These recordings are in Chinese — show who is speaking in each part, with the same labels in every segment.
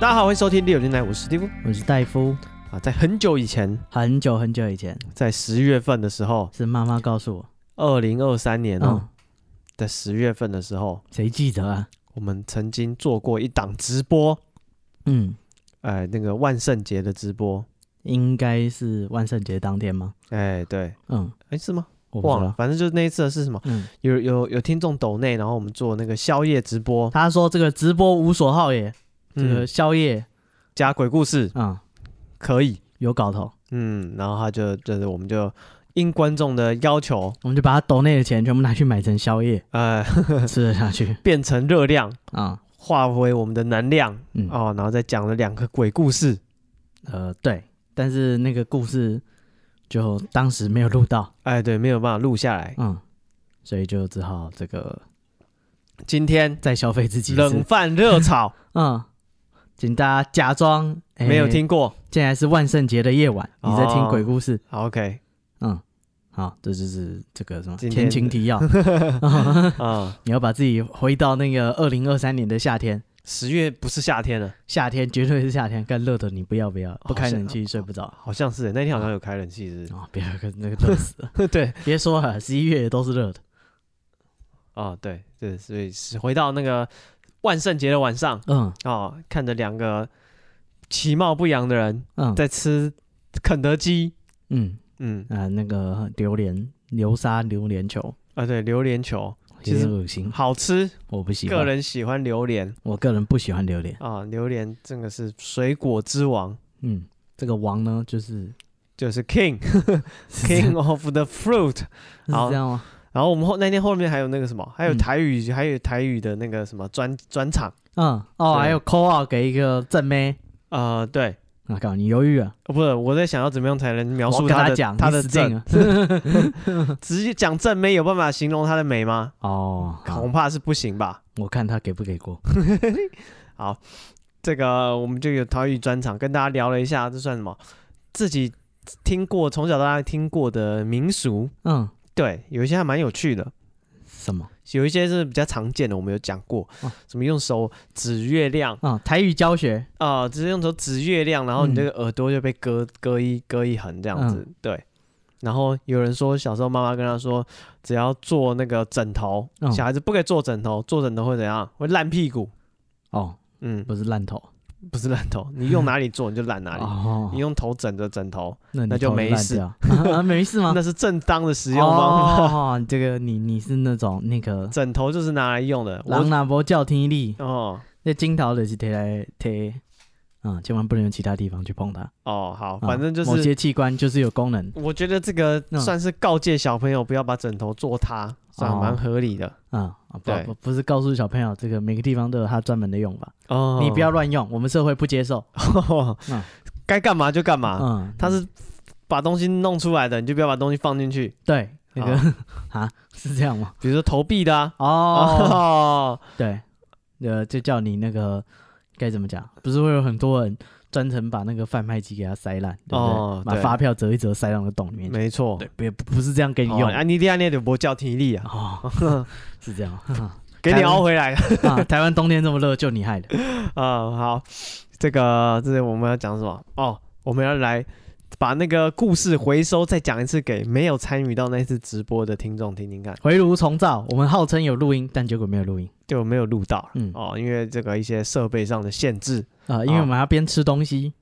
Speaker 1: 大家好，欢迎收听《第九电台》，我是史蒂夫
Speaker 2: 我是戴夫。
Speaker 1: 啊。在很久以前，
Speaker 2: 很久很久以前，
Speaker 1: 在十月份的时候，
Speaker 2: 是妈妈告诉我。
Speaker 1: 二零二三年哦，
Speaker 2: 嗯，
Speaker 1: 在十月份的时候，
Speaker 2: 谁记得啊？
Speaker 1: 我们曾经做过一档直播，
Speaker 2: 嗯，
Speaker 1: 哎、那个万圣节的直播，
Speaker 2: 应该是万圣节当天吗？
Speaker 1: 哎、对，
Speaker 2: 嗯，
Speaker 1: 哎、是吗？
Speaker 2: 我不知
Speaker 1: 忘了，
Speaker 2: 道。
Speaker 1: 反正就是那一次的是什么？
Speaker 2: 嗯，
Speaker 1: 有有有听众抖内，然后我们做那个宵夜直播，
Speaker 2: 他说这个直播无所好也，这
Speaker 1: 嗯
Speaker 2: 个，宵夜
Speaker 1: 加鬼故事
Speaker 2: 啊、
Speaker 1: 可以，
Speaker 2: 嗯、有搞头，
Speaker 1: 嗯，然后他就就是我们就应观众的要求，
Speaker 2: 我们就把他抖内的钱全部拿去买成宵 夜
Speaker 1: 呃，
Speaker 2: 吃了下去
Speaker 1: 变成热量，
Speaker 2: 啊、
Speaker 1: 化为我们的能量，
Speaker 2: 嗯。
Speaker 1: 哦，然后再讲了两个鬼故事，
Speaker 2: 呃，对，但是那个故事就当时没有录到，
Speaker 1: 哎，对，没有办法录下来。
Speaker 2: 嗯，所以就只好这个
Speaker 1: 今天
Speaker 2: 再消费自己一
Speaker 1: 冷
Speaker 2: 次，
Speaker 1: 饭热 炒，
Speaker 2: 嗯，请大家假装、哎
Speaker 1: 没有听过。
Speaker 2: 现在是万圣节的夜晚，
Speaker 1: 哦
Speaker 2: 你在听鬼故事，
Speaker 1: 好，OK，
Speaker 2: 嗯，好，这就是这个什么
Speaker 1: 今天的
Speaker 2: 前情 提要，
Speaker 1: 啊，
Speaker 2: 你要把自己回到那个二零二三年的夏天，
Speaker 1: 十月不是夏天了，
Speaker 2: 夏天绝对是夏天，干热的你不要不要，不开冷气睡不着
Speaker 1: 好像哦是哦那天好像有开冷气，是
Speaker 2: 啊、不要跟那个热死 了，
Speaker 1: 不是？对，
Speaker 2: 别说了，十一月也都是热的，
Speaker 1: 哦，对对，所以是回到那个万圣节的晚上
Speaker 2: 嗯
Speaker 1: 哦，看着两个其貌不扬的人
Speaker 2: 嗯
Speaker 1: 在吃肯德基，
Speaker 2: 嗯
Speaker 1: 嗯
Speaker 2: 啊、那个榴莲流沙榴莲球
Speaker 1: 啊，对，榴莲球
Speaker 2: 有
Speaker 1: 其实
Speaker 2: 点恶心，
Speaker 1: 好吃，
Speaker 2: 我不喜
Speaker 1: 个
Speaker 2: 欢，
Speaker 1: 人喜欢榴莲
Speaker 2: 我个人不喜欢榴莲，
Speaker 1: 啊，榴莲真的是水果之王。
Speaker 2: 嗯，这个王呢就是
Speaker 1: 就是 King King of the Fruit。
Speaker 2: 是
Speaker 1: 好
Speaker 2: 这样吗？
Speaker 1: 然后我们后那天后面还有那个什么，还有
Speaker 2: 嗯
Speaker 1: 台语，还有台语的那个什么专专场。
Speaker 2: 嗯哦，
Speaker 1: 对
Speaker 2: 还有 call out 给一个正妹。
Speaker 1: 呃，对，
Speaker 2: 啊，靠，你犹豫啊？
Speaker 1: 哦、不是我在想要怎么样才能描
Speaker 2: 我
Speaker 1: 述
Speaker 2: 跟
Speaker 1: 他的
Speaker 2: 讲，
Speaker 1: 他的
Speaker 2: 你死定
Speaker 1: 正，
Speaker 2: 了。
Speaker 1: 直接讲正妹有办法形容她的美吗？
Speaker 2: 哦，好
Speaker 1: 恐，怕是不行吧。
Speaker 2: 我看他给不给过。
Speaker 1: 这个我们就有台语专场，跟大家聊了一下，这算什么？自己听过从小到大听过的民俗，
Speaker 2: 嗯，
Speaker 1: 对，有一些还蛮有趣的。
Speaker 2: 什么？
Speaker 1: 有一些是比较常见的，我们有讲过，
Speaker 2: 哦
Speaker 1: 什么用手指月亮，
Speaker 2: 嗯，台语教学。
Speaker 1: 啊、只是用手指月亮，然后
Speaker 2: 嗯
Speaker 1: 你这个耳朵就被割、割一割一横这样子，对。然后有人说，小时候妈妈跟他说，只要做那个枕头，
Speaker 2: 嗯
Speaker 1: 小孩子不可以做枕头，做枕头会怎样？会烂屁股。
Speaker 2: 哦，
Speaker 1: 嗯，
Speaker 2: 不是烂头。
Speaker 1: 不是烂头，你用哪里做你就烂哪里。
Speaker 2: 哦
Speaker 1: 你，用头枕着枕头，
Speaker 2: 那你
Speaker 1: 那就
Speaker 2: 头
Speaker 1: 没
Speaker 2: 烂
Speaker 1: 事
Speaker 2: 掉啊，没事 吗？
Speaker 1: 那是正当的使用方法。
Speaker 2: 哦，这个你你是那种那个
Speaker 1: 枕头就是拿来用的。
Speaker 2: 狼
Speaker 1: 我
Speaker 2: 那波叫天力，
Speaker 1: 哦
Speaker 2: 那金桃的是贴来贴，啊，千万不能有其他地方去碰它。啊
Speaker 1: 哦好，反正就
Speaker 2: 某
Speaker 1: 是，
Speaker 2: 些器官就是有功能
Speaker 1: 我觉得这个
Speaker 2: 嗯
Speaker 1: 算是告诫小朋友不要把枕头做塌，算
Speaker 2: 哦
Speaker 1: 蛮合理的。
Speaker 2: 啊，啊不
Speaker 1: 对
Speaker 2: 不不是告诉小朋友这个每个地方都有它专门的用法，
Speaker 1: 哦
Speaker 2: 你不要乱用，我们社会不接受。 嗯
Speaker 1: 该干嘛就干嘛。
Speaker 2: 嗯，
Speaker 1: 啊他是把东西弄出来的，你就不要把东西放进去。
Speaker 2: 对，那个 啊是这样吗？
Speaker 1: 比如说投币的啊，
Speaker 2: 哦，
Speaker 1: 哦，
Speaker 2: 对，呃，就叫你那个该怎么讲？不是会有很多人专程把那个贩卖机给它塞烂，对不对？
Speaker 1: 哦
Speaker 2: 把
Speaker 1: 对
Speaker 2: 发票折一折塞到那个洞里面去。
Speaker 1: 没错，
Speaker 2: 对，别不不是这样给你
Speaker 1: 哦
Speaker 2: 用
Speaker 1: 啊，你第二天就不叫体力啊，
Speaker 2: 哦， 是 这样
Speaker 1: 给你熬回 来
Speaker 2: 啊。台湾冬天这么热，就你害的。
Speaker 1: 啊。好，这个这是我们要讲什么？哦，我们要来把那个故事回收，再讲一次给没有参与到那次直播的听众听听看，
Speaker 2: 回炉重造，我们号称有录音，但结果没有录音
Speaker 1: 就没有录到。
Speaker 2: 嗯
Speaker 1: 哦，因为这个一些设备上的限制，
Speaker 2: 啊，因为
Speaker 1: 哦
Speaker 2: 我们要边吃东西，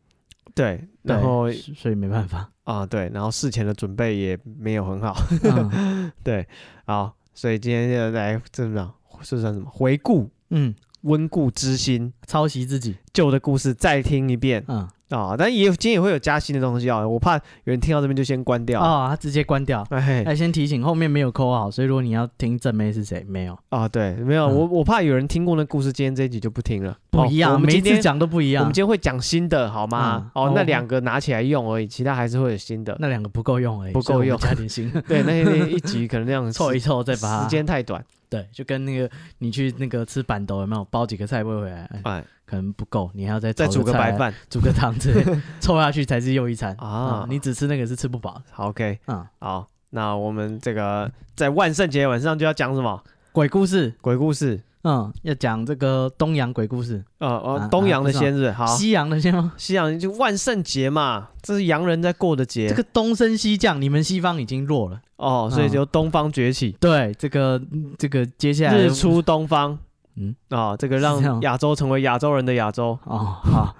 Speaker 1: 对，
Speaker 2: 对
Speaker 1: 然后
Speaker 2: 所以没 办法。
Speaker 1: 啊、对，然后事前的准备也没有很好。
Speaker 2: 嗯
Speaker 1: 对，好，所以今天就来怎么样？是算什么？回顾、
Speaker 2: 嗯，
Speaker 1: 温故知新，
Speaker 2: 抄袭自己，
Speaker 1: 旧的故事再听一遍
Speaker 2: 嗯
Speaker 1: 啊、但也有今天也会有加新的东西啊、我怕有人听到这边就先关掉。
Speaker 2: 哦，他直接关掉。
Speaker 1: 哎
Speaker 2: 哎，先提醒，后面没有扣好，所以如果你要听正妹是谁，没有
Speaker 1: 啊，对，没有，我我怕有人听过那故事，今天这一集就不听了。
Speaker 2: 嗯不一
Speaker 1: 哦
Speaker 2: 样，
Speaker 1: 我们
Speaker 2: 每一
Speaker 1: 今
Speaker 2: 次
Speaker 1: 天
Speaker 2: 讲都不一
Speaker 1: 我
Speaker 2: 样
Speaker 1: 们。今天会讲新的，好吗？
Speaker 2: 嗯
Speaker 1: 哦
Speaker 2: 哦，
Speaker 1: 那两个拿起来用而已，其他还是会有新的。
Speaker 2: 那两个不够用而已，
Speaker 1: 不够用
Speaker 2: 所以我们加 点新，
Speaker 1: 对，那那一集可能那样
Speaker 2: 凑一
Speaker 1: 时
Speaker 2: 凑再把它
Speaker 1: 时间太短，
Speaker 2: 对，就跟那个你去那个吃板豆有没有包几个菜会回来，哎
Speaker 1: 哎，
Speaker 2: 可能不够，你还要再
Speaker 1: 再
Speaker 2: 炒
Speaker 1: 煮个
Speaker 2: 菜
Speaker 1: 白，饭
Speaker 2: 煮个汤之类， 凑下去才是又一餐
Speaker 1: 啊
Speaker 2: 嗯。你只吃那个是吃不饱的。
Speaker 1: 好，OK，
Speaker 2: 嗯，
Speaker 1: 好，那我们这个在万圣节晚上就要讲什么？
Speaker 2: 鬼故事，
Speaker 1: 鬼故事
Speaker 2: 嗯，要讲这个东洋鬼故事，
Speaker 1: 呃
Speaker 2: 啊
Speaker 1: 哦，东洋的先日，好，
Speaker 2: 西洋的先吗？
Speaker 1: 西洋就万圣节嘛，这是洋人在过的节
Speaker 2: 这个啊东升西降，你们西方已经弱了。
Speaker 1: 哦，所以就东方崛起，
Speaker 2: 对，这个这个接下来
Speaker 1: 日出东方。
Speaker 2: 嗯
Speaker 1: 嗯啊、这个
Speaker 2: 是这
Speaker 1: 让
Speaker 2: 样
Speaker 1: 亚洲成为亚洲人的亚洲，
Speaker 2: 哦，好，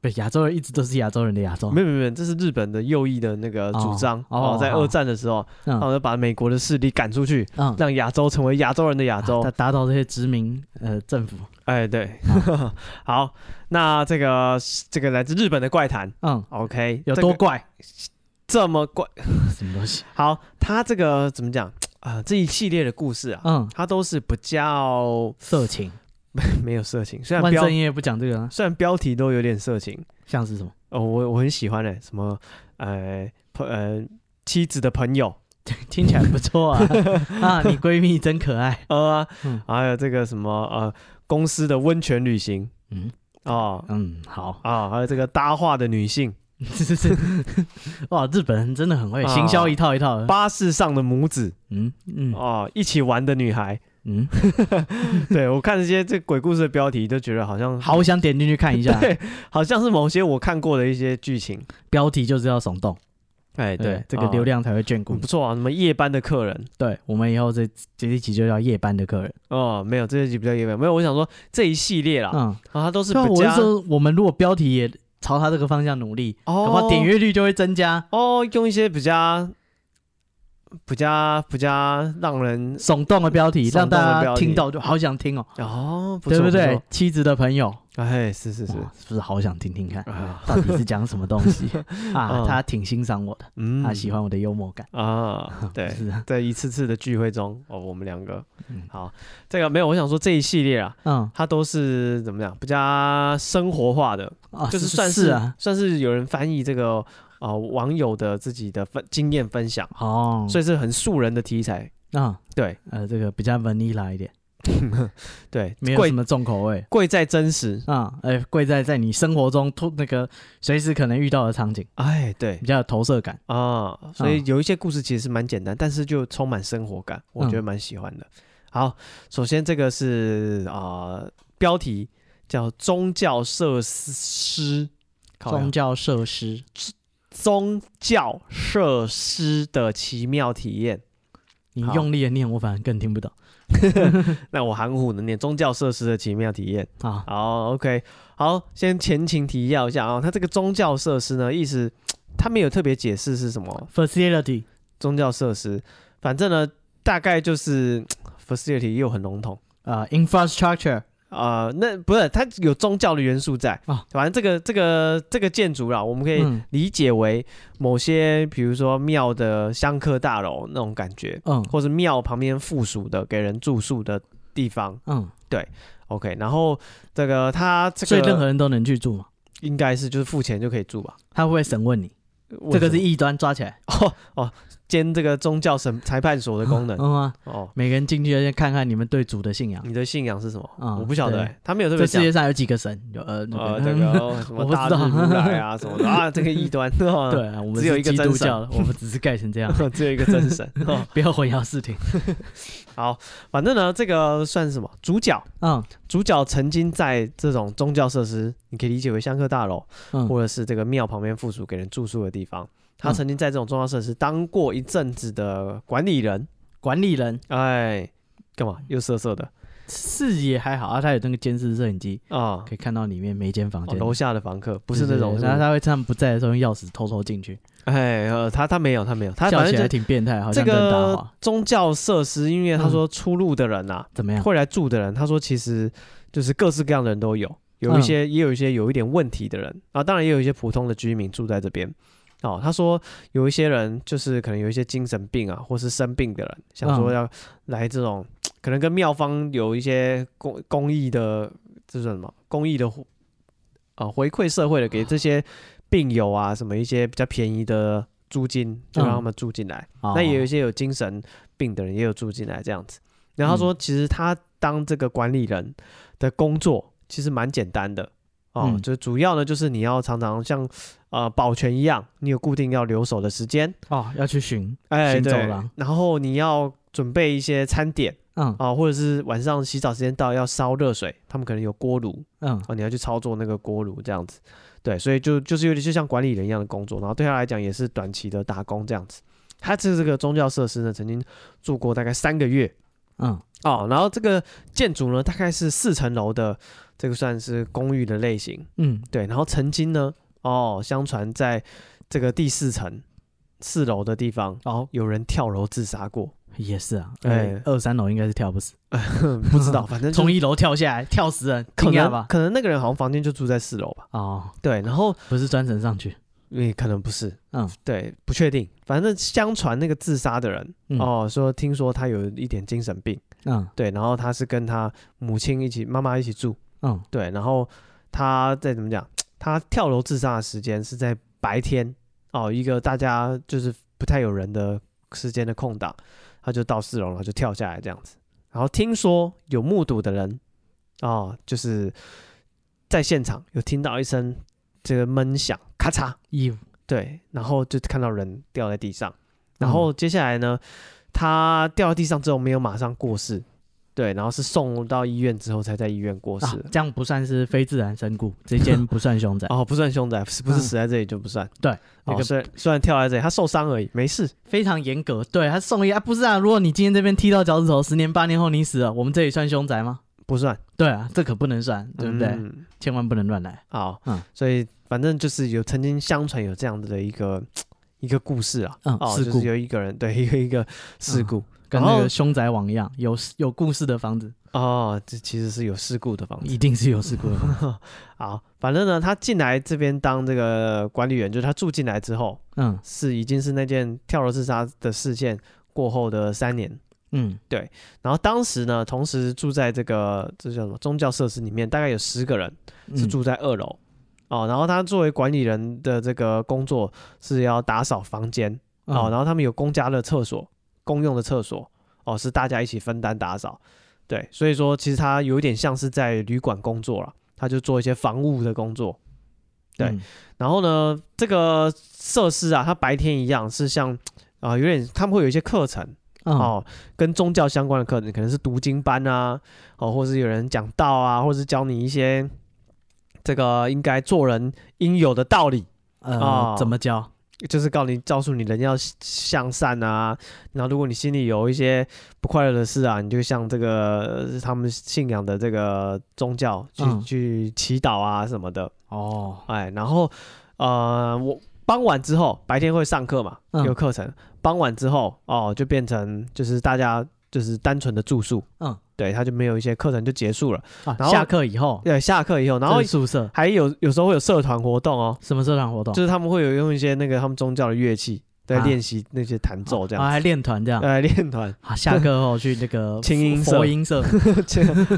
Speaker 2: 不，亚洲人一直都是亚洲人的亚洲。
Speaker 1: 没有没有没有，这是日本的右翼的那个主张
Speaker 2: 哦
Speaker 1: 哦
Speaker 2: 哦
Speaker 1: 在
Speaker 2: 好
Speaker 1: 二战的时候，
Speaker 2: 嗯
Speaker 1: 他们把美国的势力赶出去，
Speaker 2: 嗯，啊
Speaker 1: 让亚洲成为亚洲人的亚洲。
Speaker 2: 他打倒这些殖民呃政府。
Speaker 1: 哎，对，
Speaker 2: 啊
Speaker 1: 好，那这个这个来自日本的怪谈
Speaker 2: 嗯，
Speaker 1: ，OK，
Speaker 2: 有
Speaker 1: 这个
Speaker 2: 多怪？
Speaker 1: 这么怪？
Speaker 2: 什么东西？
Speaker 1: 好，他这个怎么讲啊、这一系列的故事啊，
Speaker 2: 嗯，
Speaker 1: 它都是比较
Speaker 2: 色情。
Speaker 1: 没有色情，虽然
Speaker 2: 万
Speaker 1: 标
Speaker 2: 圣夜不讲这个啊，
Speaker 1: 虽然标题都有点色情
Speaker 2: 像是什么？
Speaker 1: 哦，我我很喜欢的、什么呃朋呃妻子的朋友
Speaker 2: 听起来不错啊 啊！你闺蜜真可爱。
Speaker 1: 呃，
Speaker 2: 嗯
Speaker 1: 还有这个什么呃公司的温泉旅行
Speaker 2: 嗯
Speaker 1: 哦
Speaker 2: 嗯，好，
Speaker 1: 啊、还有这个搭话的女性，
Speaker 2: 是是是。哇，日本人真的很会
Speaker 1: 啊
Speaker 2: 行销一套一套的。
Speaker 1: 巴士上的母子
Speaker 2: 嗯嗯
Speaker 1: 哦，一起玩的女孩。
Speaker 2: 嗯，
Speaker 1: 对我看这些这鬼故事的标题，就觉得好像
Speaker 2: 好想点进去看一下，
Speaker 1: 对，好像是某些我看过的一些剧情。
Speaker 2: 标题就是要耸动。
Speaker 1: 哎，对
Speaker 2: 对，，这个流量嗯才会眷顾
Speaker 1: 很。不错啊，什么夜班的客人
Speaker 2: 对，我们以后这这一集就叫夜班的客人。
Speaker 1: 哦，没有这些集比较夜班，没有，我想说这一系列啦，啊，
Speaker 2: 嗯，
Speaker 1: 它都是
Speaker 2: 对啊，
Speaker 1: 比
Speaker 2: 我是
Speaker 1: 较
Speaker 2: 说，我们如果标题也朝他这个方向努力，恐怕
Speaker 1: 哦，
Speaker 2: 点阅率就会增加。
Speaker 1: 哦，用一些比较比较比较让人
Speaker 2: 耸动的标题，
Speaker 1: 耸动
Speaker 2: 让
Speaker 1: 的
Speaker 2: 大家
Speaker 1: 标题
Speaker 2: 听到就好想听哦，
Speaker 1: 哦，不
Speaker 2: 对
Speaker 1: 错
Speaker 2: 不？对
Speaker 1: 错？
Speaker 2: 妻子的朋友，
Speaker 1: 哎，是是是，
Speaker 2: 哇是不是好想听听看，
Speaker 1: 啊，
Speaker 2: 到底是讲什么东 西啊？
Speaker 1: 嗯
Speaker 2: 他挺欣赏我的，
Speaker 1: 嗯
Speaker 2: 他喜欢我的幽默感，
Speaker 1: 啊，对。
Speaker 2: 是啊，
Speaker 1: 在一次次的聚会中，哦，我们两个
Speaker 2: 嗯，
Speaker 1: 好，这个没有，我想说这一系列啊，
Speaker 2: 嗯，
Speaker 1: 它都是怎么样，比较生活化的，
Speaker 2: 啊，
Speaker 1: 哦就是
Speaker 2: 是
Speaker 1: 算
Speaker 2: 是啊，
Speaker 1: 算是有人翻译这个呃网友的自己的分经验分享，
Speaker 2: 哦，
Speaker 1: 所以是很素人的题材。
Speaker 2: 啊，
Speaker 1: 对
Speaker 2: 呃，这个比较 vanilla 一点，
Speaker 1: 对，
Speaker 2: 没有什
Speaker 1: 贵
Speaker 2: 么重口味
Speaker 1: 贵在真实。
Speaker 2: 啊，哎，贵在在你生活中突那个随时可能遇到的场景，
Speaker 1: 哎，对
Speaker 2: 比较有投射感，
Speaker 1: 啊、所
Speaker 2: 嗯
Speaker 1: 以有一些故事其实蛮简单，但是就充满生活感，我觉得
Speaker 2: 嗯
Speaker 1: 蛮喜欢的。好，首先这个是啊、呃标题叫宗教设施。靠呀
Speaker 2: 宗教设施，
Speaker 1: 宗教设施的奇妙体验，
Speaker 2: 你
Speaker 1: 好
Speaker 2: 用力的念，我反而更听不懂
Speaker 1: 那我含糊的念宗教设施的奇妙体验。
Speaker 2: 啊，
Speaker 1: 好，OK，好，先前情提要一下啊、它这个宗教设施呢，意思它没有特别解释是什么
Speaker 2: facility，
Speaker 1: 宗教设施，反正呢，大概就是 facility 又很笼统
Speaker 2: 呃，infrastructure，
Speaker 1: 啊、呃那不是它有宗教的元素在
Speaker 2: 啊
Speaker 1: 反正这个这个这个建筑啦，我们可以
Speaker 2: 嗯
Speaker 1: 理解为某些比如说庙的香客大楼那种感觉，
Speaker 2: 嗯
Speaker 1: 或是庙旁边附属的给人住宿的地方。
Speaker 2: 嗯，
Speaker 1: OK，然后这个它这
Speaker 2: 所以任何
Speaker 1: 个
Speaker 2: 人都能去住嘛。
Speaker 1: 应该是就是付钱就可以住吧。
Speaker 2: 他会不会审问你？这个是异端，抓起来。
Speaker 1: 哦哦，兼这个宗教审裁判所的 功能
Speaker 2: 嗯啊，
Speaker 1: 哦。
Speaker 2: 每个人进去先看看你们对主的信仰。
Speaker 1: 你的信仰是什么？
Speaker 2: 嗯
Speaker 1: 我不晓得、
Speaker 2: 对
Speaker 1: 欸，他没有特
Speaker 2: 这
Speaker 1: 别
Speaker 2: 世
Speaker 1: 讲
Speaker 2: 界。上有几个神？有
Speaker 1: 呃，
Speaker 2: 呃，那
Speaker 1: 这
Speaker 2: 个
Speaker 1: 个什
Speaker 2: 我
Speaker 1: 么
Speaker 2: 不
Speaker 1: 大
Speaker 2: 知
Speaker 1: 日
Speaker 2: 道
Speaker 1: 如来 啊什么的啊，这个异端，
Speaker 2: 对，啊，我们
Speaker 1: 只有
Speaker 2: 是
Speaker 1: 一个
Speaker 2: 基
Speaker 1: 真
Speaker 2: 督
Speaker 1: 神
Speaker 2: 教的，我们只是盖成这 样，
Speaker 1: 对，只有一个真 神。哦
Speaker 2: 不要混淆视听。
Speaker 1: 好，反正呢，这个算是什么？主角，
Speaker 2: 嗯
Speaker 1: 主角曾经在这种宗教设施，你可以理解为香客大楼，
Speaker 2: 嗯
Speaker 1: 或者是这个庙旁边附属给人住宿的地方。他
Speaker 2: 嗯
Speaker 1: 曾经在这种宗教设施当过一阵子的管理人，
Speaker 2: 管理人
Speaker 1: 哎，干嘛又色色的
Speaker 2: 视野还好啊，他有那个监视摄影机，
Speaker 1: 啊？
Speaker 2: 可以看到里面每一间房
Speaker 1: 哦
Speaker 2: 间。
Speaker 1: 楼下的房客不是那种，
Speaker 2: 对对对然后他会趁他们不在的时候用钥匙偷偷进去，
Speaker 1: 哎，呃，他他没有，他没有，他
Speaker 2: 笑
Speaker 1: 反
Speaker 2: 起来
Speaker 1: 正就
Speaker 2: 挺变态，好
Speaker 1: 这
Speaker 2: 像跟大
Speaker 1: 个
Speaker 2: 话。
Speaker 1: 宗教设施，因为他
Speaker 2: 嗯
Speaker 1: 说出入的人啊呐、
Speaker 2: 怎么样？
Speaker 1: 会来住的人，他说其实就是各式各样的人都有，
Speaker 2: 嗯
Speaker 1: 有一些、也有一些有一点问题的人啊，当然也有一些普通的居民住在这边。哦，他说有一些人就是可能有一些精神病啊，或是生病的人，想说
Speaker 2: 嗯
Speaker 1: 要来这种，可能跟妙方有一些公公益的，这是什么公益的互，啊回馈社会的，给这些病友啊什么一些比较便宜的租金，就让他
Speaker 2: 嗯
Speaker 1: 们住进来。
Speaker 2: 哦
Speaker 1: 那也有一些有精神病的人也有住进来这样子。然后他说，其实他当这个管理人的工作其实蛮简单的哦，
Speaker 2: 嗯
Speaker 1: 就主要呢就是你要常常像呃保全一样，你有固定要留守的时间，
Speaker 2: 哦，要去巡
Speaker 1: 哎
Speaker 2: 行走
Speaker 1: 对
Speaker 2: 廊，
Speaker 1: 然后你要准备一些餐点
Speaker 2: 嗯
Speaker 1: 啊，或者是晚上洗澡时间到要烧热水，他们可能有锅炉
Speaker 2: 嗯
Speaker 1: 啊，你要去操作那个锅炉这样子。对，所以就就是有点就像管理人一样的工作，然后对他来讲也是短期的打工这样子。他这这个宗教设施呢，曾经住过大概三个月
Speaker 2: 嗯
Speaker 1: 哦，然后这个建筑呢，大概是四层楼的，这个算是公寓的类型。
Speaker 2: 嗯
Speaker 1: 对，然后曾经呢，哦，相传在这个第四层四楼的地方，
Speaker 2: 哦
Speaker 1: 有人跳楼自杀 过，
Speaker 2: 也是啊，
Speaker 1: 哎
Speaker 2: 哎，二三楼应该是跳不死，
Speaker 1: 不知道，反正就
Speaker 2: 从
Speaker 1: 是
Speaker 2: 一楼跳下来，跳死人，
Speaker 1: 可
Speaker 2: 惊讶
Speaker 1: 能
Speaker 2: 吧？
Speaker 1: 可能那个人好像房间就住在四楼吧，
Speaker 2: 哦，
Speaker 1: 对，然后
Speaker 2: 不是专程上去，
Speaker 1: 也可能不是，
Speaker 2: 嗯
Speaker 1: 对，不确定，反正相传那个自杀的人，
Speaker 2: 嗯
Speaker 1: 哦，说听说他有一点精神病，
Speaker 2: 嗯
Speaker 1: 对，然后他是跟他母亲一起、妈妈一起住，
Speaker 2: 嗯
Speaker 1: 对，然后他在怎么讲？他跳楼自杀的时间是在白天哦，一个大家就是不太有人的时间的空档，他就到四楼，然后就跳下来这样子。然后听说有目睹的人哦，就是在现场有听到一声这个闷响，咔嚓，
Speaker 2: 衣服，
Speaker 1: 对，然后就看到人掉在地上，然
Speaker 2: 嗯
Speaker 1: 后接下来呢，他掉到地上之后没有马上过世，对，然后是送到医院之后才在医院过
Speaker 2: 啊
Speaker 1: 世的。。
Speaker 2: 这样不算是非自然身故，这件不算凶宅
Speaker 1: 哦，不算凶宅，是不是
Speaker 2: 嗯
Speaker 1: 死在这里就不算？
Speaker 2: 对那
Speaker 1: 哦，
Speaker 2: 个
Speaker 1: 虽然虽然跳在这里，他受伤而已，没事。
Speaker 2: 非常严格，对他送医啊，不是啊，如果你今天这边踢到脚趾头，十年八年后你死了，我们这里算凶宅吗？
Speaker 1: 不算，
Speaker 2: 对啊，这可不能算，对不对？
Speaker 1: 嗯
Speaker 2: 千万不能乱来。
Speaker 1: 好，
Speaker 2: 嗯
Speaker 1: 所以反正就是有曾经相传有这样子的一个一个故事啊，
Speaker 2: 嗯
Speaker 1: 哦，
Speaker 2: 事
Speaker 1: 就
Speaker 2: 故嗯
Speaker 1: 是有一个人对一个一个事故、
Speaker 2: 跟
Speaker 1: 然
Speaker 2: 那
Speaker 1: 后
Speaker 2: 个凶宅网一样，有有故事的房子
Speaker 1: 哦，这其实是有事故的房子。
Speaker 2: 一定是有事故的房子。
Speaker 1: 好，反正呢，他进来这边当这个管理员，就是他住进来之后，
Speaker 2: 嗯
Speaker 1: 是已经是那件跳楼自杀的事件过后的三年，
Speaker 2: 嗯
Speaker 1: 然后当时呢，同时住在这个这叫什么宗教设施里面，大概有十个人
Speaker 2: 嗯
Speaker 1: 是住在二楼、哦。然后他作为管理人的这个工作是要打扫房间、哦，
Speaker 2: 嗯
Speaker 1: 然后他们有公家的厕所、公用的厕所哦，是大家一起分担打扫。对，所以说其实他有一点像是在旅馆工作了，他就做一些房务的工作。对
Speaker 2: 嗯
Speaker 1: 然后呢，这个设施啊，它白天一样是像啊、有点他们会有一些课程。
Speaker 2: 嗯
Speaker 1: 哦，跟宗教相关的课程，可能是读经班啊，哦，或是有人讲道啊，或是教你一些这个应该做人应有的道理，哦
Speaker 2: 呃怎么教？
Speaker 1: 就是告你告诉你人要向善啊。然后如果你心里有一些不快乐的事啊，你就向这个呃他们信仰的这个宗教去、
Speaker 2: 嗯
Speaker 1: 去祈祷啊什么的。
Speaker 2: 哦，
Speaker 1: 哎，然后呃，我傍晚之后，白天会上课嘛，
Speaker 2: 嗯
Speaker 1: 有课程。傍晚之后哦，就变成就是大家就是单纯的住宿，
Speaker 2: 嗯，
Speaker 1: 对，他就没有一些课程就结束了。
Speaker 2: 啊
Speaker 1: 然后
Speaker 2: 下课以后，
Speaker 1: 对，下课以后，然后
Speaker 2: 这是宿舍
Speaker 1: 还有有时候会有社团活动哦，
Speaker 2: 什么社团活动？
Speaker 1: 就是他们会有用一些那个他们宗教的乐器在
Speaker 2: 啊
Speaker 1: 练习那些弹奏这样
Speaker 2: 啊，
Speaker 1: 子，
Speaker 2: 还练团这样。
Speaker 1: 呃，练团
Speaker 2: 啊，下课后去那个
Speaker 1: 清音社
Speaker 2: 佛音 社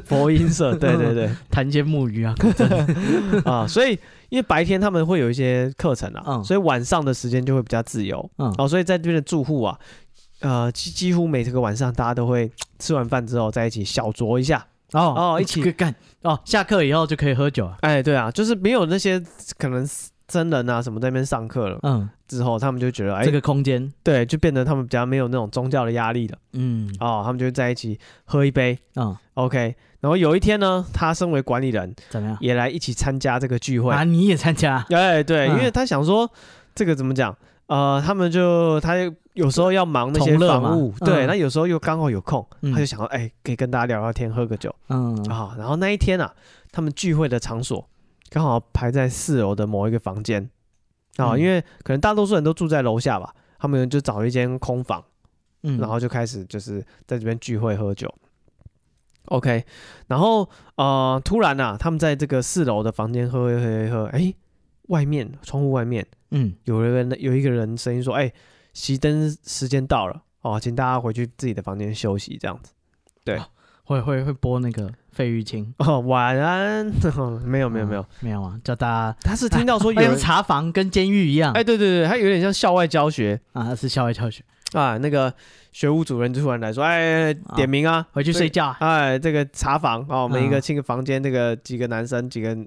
Speaker 1: 佛音社，对对对
Speaker 2: 弹些木鱼啊，古 筝
Speaker 1: 啊，所以因为白天他们会有一些课程啊，
Speaker 2: 嗯
Speaker 1: 所以晚上的时间就会比较自由，
Speaker 2: 嗯
Speaker 1: 哦，所以在这边的住户啊，呃，几几乎每这个晚上大家都会吃完饭之后在一起小酌一下。
Speaker 2: 哦
Speaker 1: 哦一起
Speaker 2: 干哦，下课以后就可以喝酒啊。
Speaker 1: 哎，对啊，就是没有那些可能真人啊什么在那边上课了
Speaker 2: 嗯，
Speaker 1: 之后，他们就觉得哎，
Speaker 2: 这个空间，
Speaker 1: 对，就变得他们比较没有那种宗教的压力了
Speaker 2: 嗯
Speaker 1: 哦，他们就在一起喝一杯
Speaker 2: 嗯，
Speaker 1: ，OK。然后有一天呢，他身为管理人
Speaker 2: 怎么样？
Speaker 1: 也来一起参加这个聚会。
Speaker 2: 啊，你也参加？
Speaker 1: 哎，对，因
Speaker 2: 嗯
Speaker 1: 为他想说这个怎么讲，呃，他们就他有时候要忙那些
Speaker 2: 同乐嘛
Speaker 1: 房务，
Speaker 2: 嗯
Speaker 1: 对，那有时候又刚好有空，
Speaker 2: 嗯
Speaker 1: 他就想要哎，可以跟大家聊聊天，喝个酒
Speaker 2: 嗯
Speaker 1: 啊。然后那一天啊，他们聚会的场所刚好排在四楼的某一个房间啊，
Speaker 2: 嗯
Speaker 1: 因为可能大多数人都住在楼下吧，他们就找一间空房，
Speaker 2: 嗯
Speaker 1: 然后就开始就是在这边聚会喝酒。OK，然后呃，突然啊，他们在这个四楼的房间喝喝喝喝，哎，外面窗户外面
Speaker 2: 嗯
Speaker 1: 有人有一个人声音说，哎，熄灯时间到了哦，请大家回去自己的房间休息，这样子。
Speaker 2: 会会会播那个费玉清。
Speaker 1: 哦，晚安。 没哦有没有没有
Speaker 2: 嗯，，没有啊，叫大家
Speaker 1: 他是听到说有
Speaker 2: 哎像
Speaker 1: 人，
Speaker 2: 茶房跟监狱一样，
Speaker 1: 哎，对对对，他有点像校外教学
Speaker 2: 啊，是校外教学，
Speaker 1: 啊。那个学务主任突然来说，哎，
Speaker 2: 啊
Speaker 1: 点名啊，
Speaker 2: 回去
Speaker 1: 对
Speaker 2: 睡觉啊。
Speaker 1: 哎，这个茶房哦，我们一个
Speaker 2: 嗯
Speaker 1: 这个房间，这个几个男生，几个那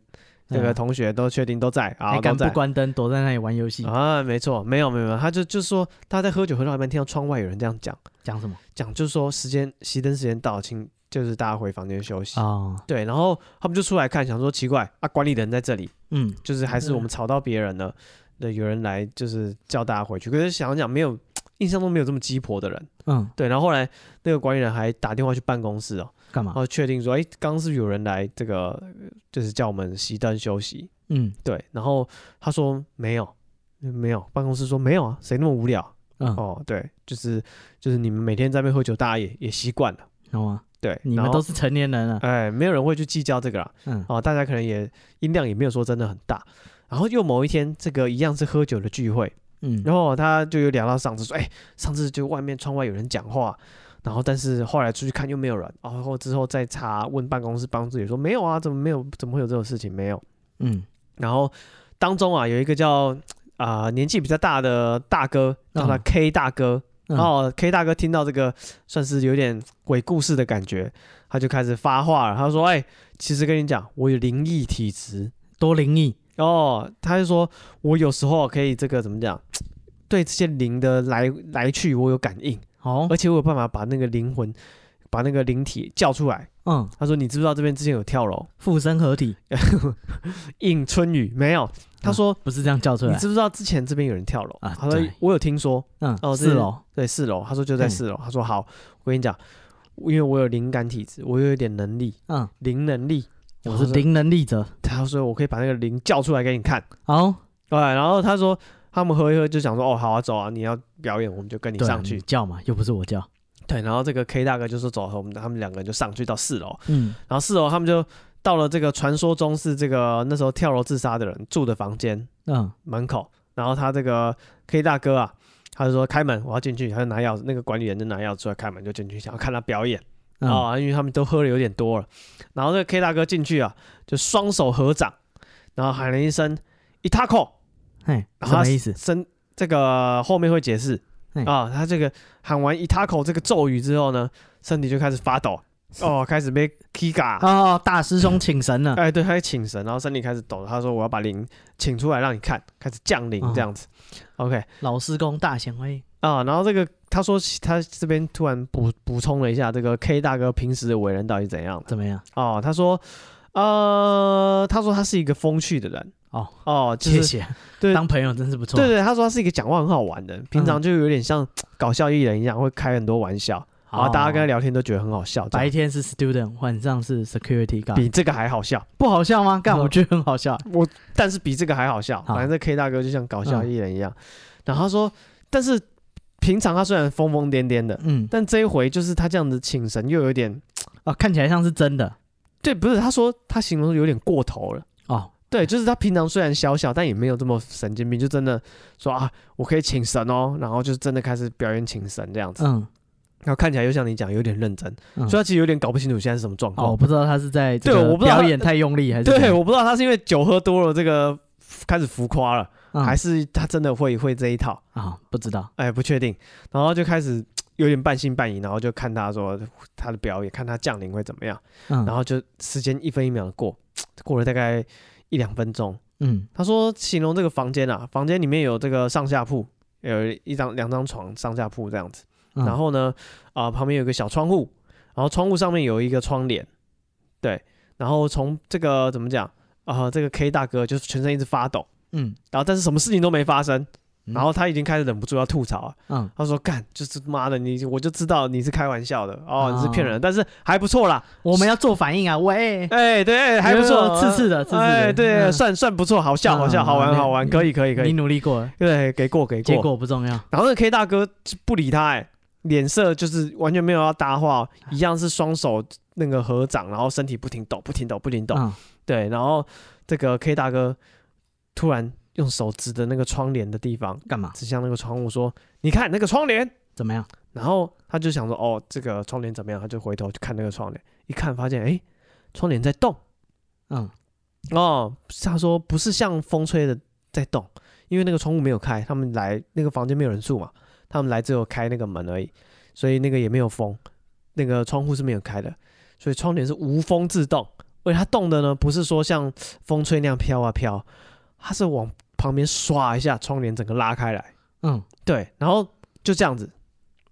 Speaker 2: 对啊
Speaker 1: 个同学都确定都在啊，
Speaker 2: 还
Speaker 1: 都
Speaker 2: 敢不
Speaker 1: 在。
Speaker 2: 关灯，躲在那里玩游戏，
Speaker 1: 啊，没错，没有没有，没有他就就是说他在喝酒喝到一半，听到窗外有人这样讲
Speaker 2: 讲什么
Speaker 1: 讲，就是说时间熄灯时间到，请就是大家回房间休息。
Speaker 2: 哦，
Speaker 1: 对，然后他们就出来看，想说奇怪啊，管理人在这里，
Speaker 2: 嗯，
Speaker 1: 就是还是我们吵到别人了，对，有人来就是叫大家回去。可是想想没有，印象中没有这么鸡婆的人。
Speaker 2: 嗯，
Speaker 1: 对，然后后来那个管理人还打电话去办公室哦，然
Speaker 2: 干嘛？
Speaker 1: 后确定说，哎，刚刚是不是有人来这个，呃就是叫我们熄灯休息。
Speaker 2: 嗯
Speaker 1: 对，然后他说没有，没有，办公室说没有啊，谁那么无聊？
Speaker 2: 嗯，
Speaker 1: 哦，对，就是就是你们每天在那边喝酒，大家也也习惯了。
Speaker 2: 懂吗？
Speaker 1: 对，
Speaker 2: 你
Speaker 1: 然
Speaker 2: 们
Speaker 1: 后
Speaker 2: 都是成年人了，啊
Speaker 1: 哎，没有人会去计较这个啦。
Speaker 2: 嗯，
Speaker 1: 哦，大家可能也音量也没有说真的很大。然后又某一天，这个一样是喝酒的聚会，
Speaker 2: 嗯，
Speaker 1: 然后他就有聊到上次说，哎，上次就外面窗外有人讲话，然后但是后来出去看又没有人，哦然后之后再查问办公室，办公室也说没有啊，怎么没有，怎么会有这种事情没有？
Speaker 2: 嗯，
Speaker 1: 然后当中啊有一个叫啊、年纪比较大的大哥，叫他
Speaker 2: 嗯
Speaker 1: K 大哥，
Speaker 2: 嗯
Speaker 1: 然后 K 大哥听到这个，算是有点鬼故事的感觉，他就开始发话了。他说：“哎、其实跟你讲，我有灵异体质
Speaker 2: 多灵异，
Speaker 1: 哦。”他就说：“我有时候可以这个怎么讲，对这些灵的来来去我有感应，
Speaker 2: 哦，
Speaker 1: 而且我有办法把那个灵魂、把那个灵体叫出来。”
Speaker 2: 嗯，
Speaker 1: 他说：“你知不知道这边之前有跳楼？
Speaker 2: 附身合体，
Speaker 1: 应春雨没有？”他说：“
Speaker 2: 不是这样叫出
Speaker 1: 你
Speaker 2: 来，
Speaker 1: 知不知道之前这边有人跳楼？
Speaker 2: 啊
Speaker 1: 他说
Speaker 2: 对
Speaker 1: 我有听说，
Speaker 2: 嗯，
Speaker 1: 哦
Speaker 2: 四
Speaker 1: 这
Speaker 2: 楼，
Speaker 1: 对，四楼。他说就在
Speaker 2: 嗯
Speaker 1: 四楼。他说好，我跟你讲，因为我有灵感体质，我有一点能力，
Speaker 2: 嗯，
Speaker 1: 灵能力。
Speaker 2: 我是灵能力者，
Speaker 1: 他说我可以把那个灵叫出来给你看。
Speaker 2: 哦，
Speaker 1: 对，然后他说他们喝一喝就想说哦好啊走啊，你要表演我们就跟你
Speaker 2: 对啊
Speaker 1: 上去。
Speaker 2: 叫嘛，又不是我叫，
Speaker 1: 对，然后这个 K 大哥就说走，我们他们两个人就上去到四楼，
Speaker 2: 嗯
Speaker 1: 然后四楼他们就到了这个传说中是这个那时候跳楼自杀的人住的房间。
Speaker 2: 嗯，
Speaker 1: 门口，然后他这个 K 大哥啊，他就说开门，我要进去，他就拿钥匙，那个管理员就拿钥匙出来开门就进去，想要看他表演啊、
Speaker 2: 嗯，
Speaker 1: 因为他们都喝的有点多了。然后这个 K 大哥进去啊，就双手合掌，然后喊了一声“一 taco”，
Speaker 2: 嘿，
Speaker 1: 然
Speaker 2: 什
Speaker 1: 后他
Speaker 2: 么意思？
Speaker 1: 身这个后面会解释
Speaker 2: 嘿
Speaker 1: 啊，他这个喊完“一 taco” 这个咒语之后呢，身体就开始发抖， 哦，开始被 Kiga。
Speaker 2: 哦，大师兄请神了，
Speaker 1: 哎，对，他在请神，然后身体开始抖，他说我要把灵请出来让你看，开始降
Speaker 2: 哦
Speaker 1: 临这样子。OK，
Speaker 2: 老师公大显威，
Speaker 1: 啊，然后这个他说他这边突然补补充了一下，这个 K 大哥平时的为人到底怎样的
Speaker 2: 怎么样？
Speaker 1: 哦？他说，呃，他说他是一个风趣的人
Speaker 2: 哦
Speaker 1: 哦，就
Speaker 2: 谢
Speaker 1: 是
Speaker 2: 谢，
Speaker 1: 对
Speaker 2: 当朋友真是不错，
Speaker 1: 对对，他说他是一个讲话很好玩的人，平
Speaker 2: 嗯
Speaker 1: 常就有点像搞笑艺人一样，会开很多玩笑，然后大家跟他
Speaker 2: 哦
Speaker 1: 聊天都觉得很好笑，这样
Speaker 2: 白啊天是 student，晚上是 security guard，
Speaker 1: 比这个还好笑，
Speaker 2: 不好笑吗？干，
Speaker 1: 嗯
Speaker 2: 我觉得很好笑，
Speaker 1: 我但是比这个还好笑，
Speaker 2: 好
Speaker 1: 反正这 K 大哥就像搞笑艺人一样，
Speaker 2: 嗯
Speaker 1: 然后他说，但是平常他虽然疯疯癫癫的。
Speaker 2: 嗯，
Speaker 1: 但这一回就是他这样子请神，又有点
Speaker 2: 哦，看起来像是真的，
Speaker 1: 对，不是他说他形容有点过头了。
Speaker 2: 哦，
Speaker 1: 对，就是他平常虽然小小，但也没有这么神经病，就真的说啊，我可以请神哦，然后就是真的开始表演请神这样子，
Speaker 2: 嗯，
Speaker 1: 然后看起来又像你讲有点认真，
Speaker 2: 嗯
Speaker 1: 所以他其实有点搞不清楚现在是什么状
Speaker 2: 哦，
Speaker 1: 况。
Speaker 2: 我不知道他是在这
Speaker 1: 对
Speaker 2: 个
Speaker 1: 我不知道他
Speaker 2: 表演太用力还是怎
Speaker 1: 对，
Speaker 2: 样，
Speaker 1: 我不知道他是因为酒喝多了这个开始浮夸了，
Speaker 2: 嗯
Speaker 1: 还是他真的会会这一套，
Speaker 2: 啊，不知道，
Speaker 1: 哎，不确定。然后就开始有点半信半疑，然后就看他说他的表演，看他降临会怎么样，然
Speaker 2: 嗯
Speaker 1: 后就时间一分一秒的过，过了大概一两分钟。
Speaker 2: 嗯
Speaker 1: 他说形容这个房间啊，房间里面有这个上下铺，有一张两张床，上下铺这样子。
Speaker 2: 嗯，
Speaker 1: 然后呢，啊、旁边有一个小窗户，然后窗户上面有一个窗帘，对。然后从这个怎么讲啊、这个 K 大哥就是全身一直发抖，
Speaker 2: 嗯
Speaker 1: 然后但是什么事情都没发生，
Speaker 2: 嗯
Speaker 1: 然后他已经开始忍不住要吐槽了。
Speaker 2: 嗯，
Speaker 1: 他说：“干，就是妈的，你我就知道你是开玩笑的哦，你是骗
Speaker 2: 哦
Speaker 1: 人的，但是还不 错啦，
Speaker 2: 我们要做反应啊，喂，
Speaker 1: 哎，对，哎还不错，
Speaker 2: 刺刺的刺刺的
Speaker 1: 哎，对，
Speaker 2: 嗯
Speaker 1: 算算不错，好笑，好笑，
Speaker 2: 嗯
Speaker 1: 好玩，
Speaker 2: 你
Speaker 1: 好玩，可以，可以，可以
Speaker 2: 你。”努力过了，
Speaker 1: 对，给过给过。
Speaker 2: 结果不重要，
Speaker 1: 然后那 K 大哥就不理他、哎，脸色就是完全没有要搭话哦，一样是双手那个合掌，然后身体不停抖，不停抖，不停抖。
Speaker 2: 嗯
Speaker 1: 对，然后这个 K 大哥突然用手指的那个窗帘的地方，
Speaker 2: 干嘛？
Speaker 1: 指向那个窗户说：“你看那个窗帘。
Speaker 2: 怎么样？”
Speaker 1: 然后他就想说：“哦，这个窗帘怎么样？”他就回头去看那个窗帘，一看发现，哎、窗帘在动。
Speaker 2: 嗯
Speaker 1: 哦，他说不是像风吹的在动，因为那个窗户没有开，他们来那个房间没有人住嘛，他们来只有开那个门而已，所以那个也没有风，那个窗户是没有开的，所以窗帘是无风自动，而且它动的呢，不是说像风吹那样飘啊飘，它是往旁边唰一下，窗帘整个拉开来，
Speaker 2: 嗯，
Speaker 1: 对，然后就这样子。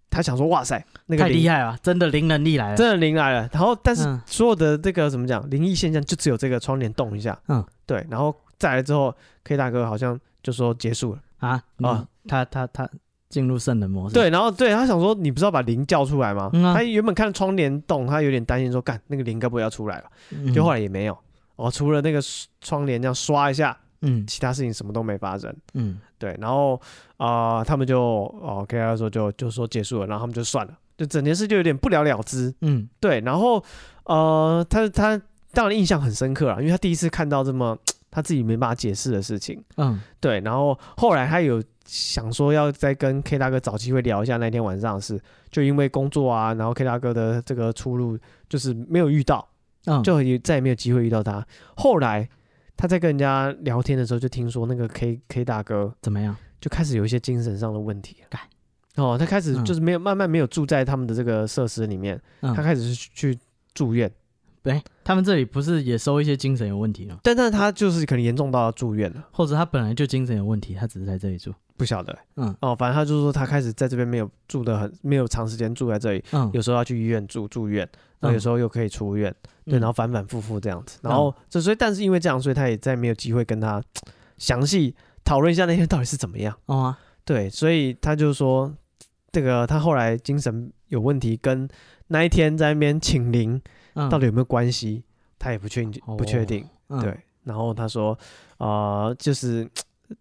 Speaker 1: 他想说，哇塞，那个
Speaker 2: 太厉
Speaker 1: 灵
Speaker 2: 害了，真的灵能力来了。
Speaker 1: 真的灵来了。然后，但是
Speaker 2: 嗯
Speaker 1: 所有的这个怎么讲，灵异现象就只有这个窗帘动一下，
Speaker 2: 嗯，
Speaker 1: 对。然后再来之后，K 大哥好像就说结束了，
Speaker 2: 啊
Speaker 1: 啊
Speaker 2: 啊，他他他进入圣人模式。，
Speaker 1: 对。然后对他想说，你不是要把灵叫出来吗？
Speaker 2: 嗯啊
Speaker 1: 他原本看窗帘动，他有点担心说，干那个灵该不会要出来了？就后
Speaker 2: 来，
Speaker 1: 来也没有哦，除了那个窗帘这样刷一下，
Speaker 2: 嗯
Speaker 1: 其他事情什么都没发生。
Speaker 2: 嗯，
Speaker 1: 对，然后啊、呃他们就哦，跟他说就就说结束了，然后他们就算了，就整件事就有点不了了之。
Speaker 2: 嗯，
Speaker 1: 对，然后呃，他他当然印象很深刻了，因为他第一次看到这么他自己没办法解释的事情。
Speaker 2: 嗯，
Speaker 1: 对，然后后来他有想说要再跟 K 大哥找机会聊一下那天晚上的事，就因为工作啊，然后 K 大哥的这个出路就是没有遇到，
Speaker 2: 嗯，
Speaker 1: 就也再也没有机会遇到他。后来他在跟人家聊天的时候，就听说那个 K K 大哥
Speaker 2: 怎么样？
Speaker 1: 就开始有一些精神上的问题
Speaker 2: 干。
Speaker 1: 哦，他开始
Speaker 2: 嗯
Speaker 1: 就是没有、慢慢没有住在他们的这个设施里面，
Speaker 2: 嗯
Speaker 1: 他，开始去去住院，
Speaker 2: 哎，他们这里不是也收一些精神有问题吗？
Speaker 1: 但但他就是可能严重到要住院了，
Speaker 2: 或者他本来就精神有问题，他只是在这里住。
Speaker 1: 不晓得。
Speaker 2: 嗯
Speaker 1: 哦，反正他就是说他开始在这边没有住的很，没有长时间住在这里，
Speaker 2: 嗯，
Speaker 1: 有时候要去医院住住院，那有时
Speaker 2: 候
Speaker 1: 候又可以出院，
Speaker 2: 嗯
Speaker 1: 对，然后反反复复这样子，然后这所以但是因为这样，所以他也再没有机会跟他详细讨论一下那天到底是怎么样。
Speaker 2: 哦啊，
Speaker 1: 对，所以他就说，这个他后来精神有问题，跟那一天在那边请灵
Speaker 2: 嗯
Speaker 1: 到底有没有关系，他也不确定，不确定。
Speaker 2: 嗯
Speaker 1: 对，然后他说，啊，就是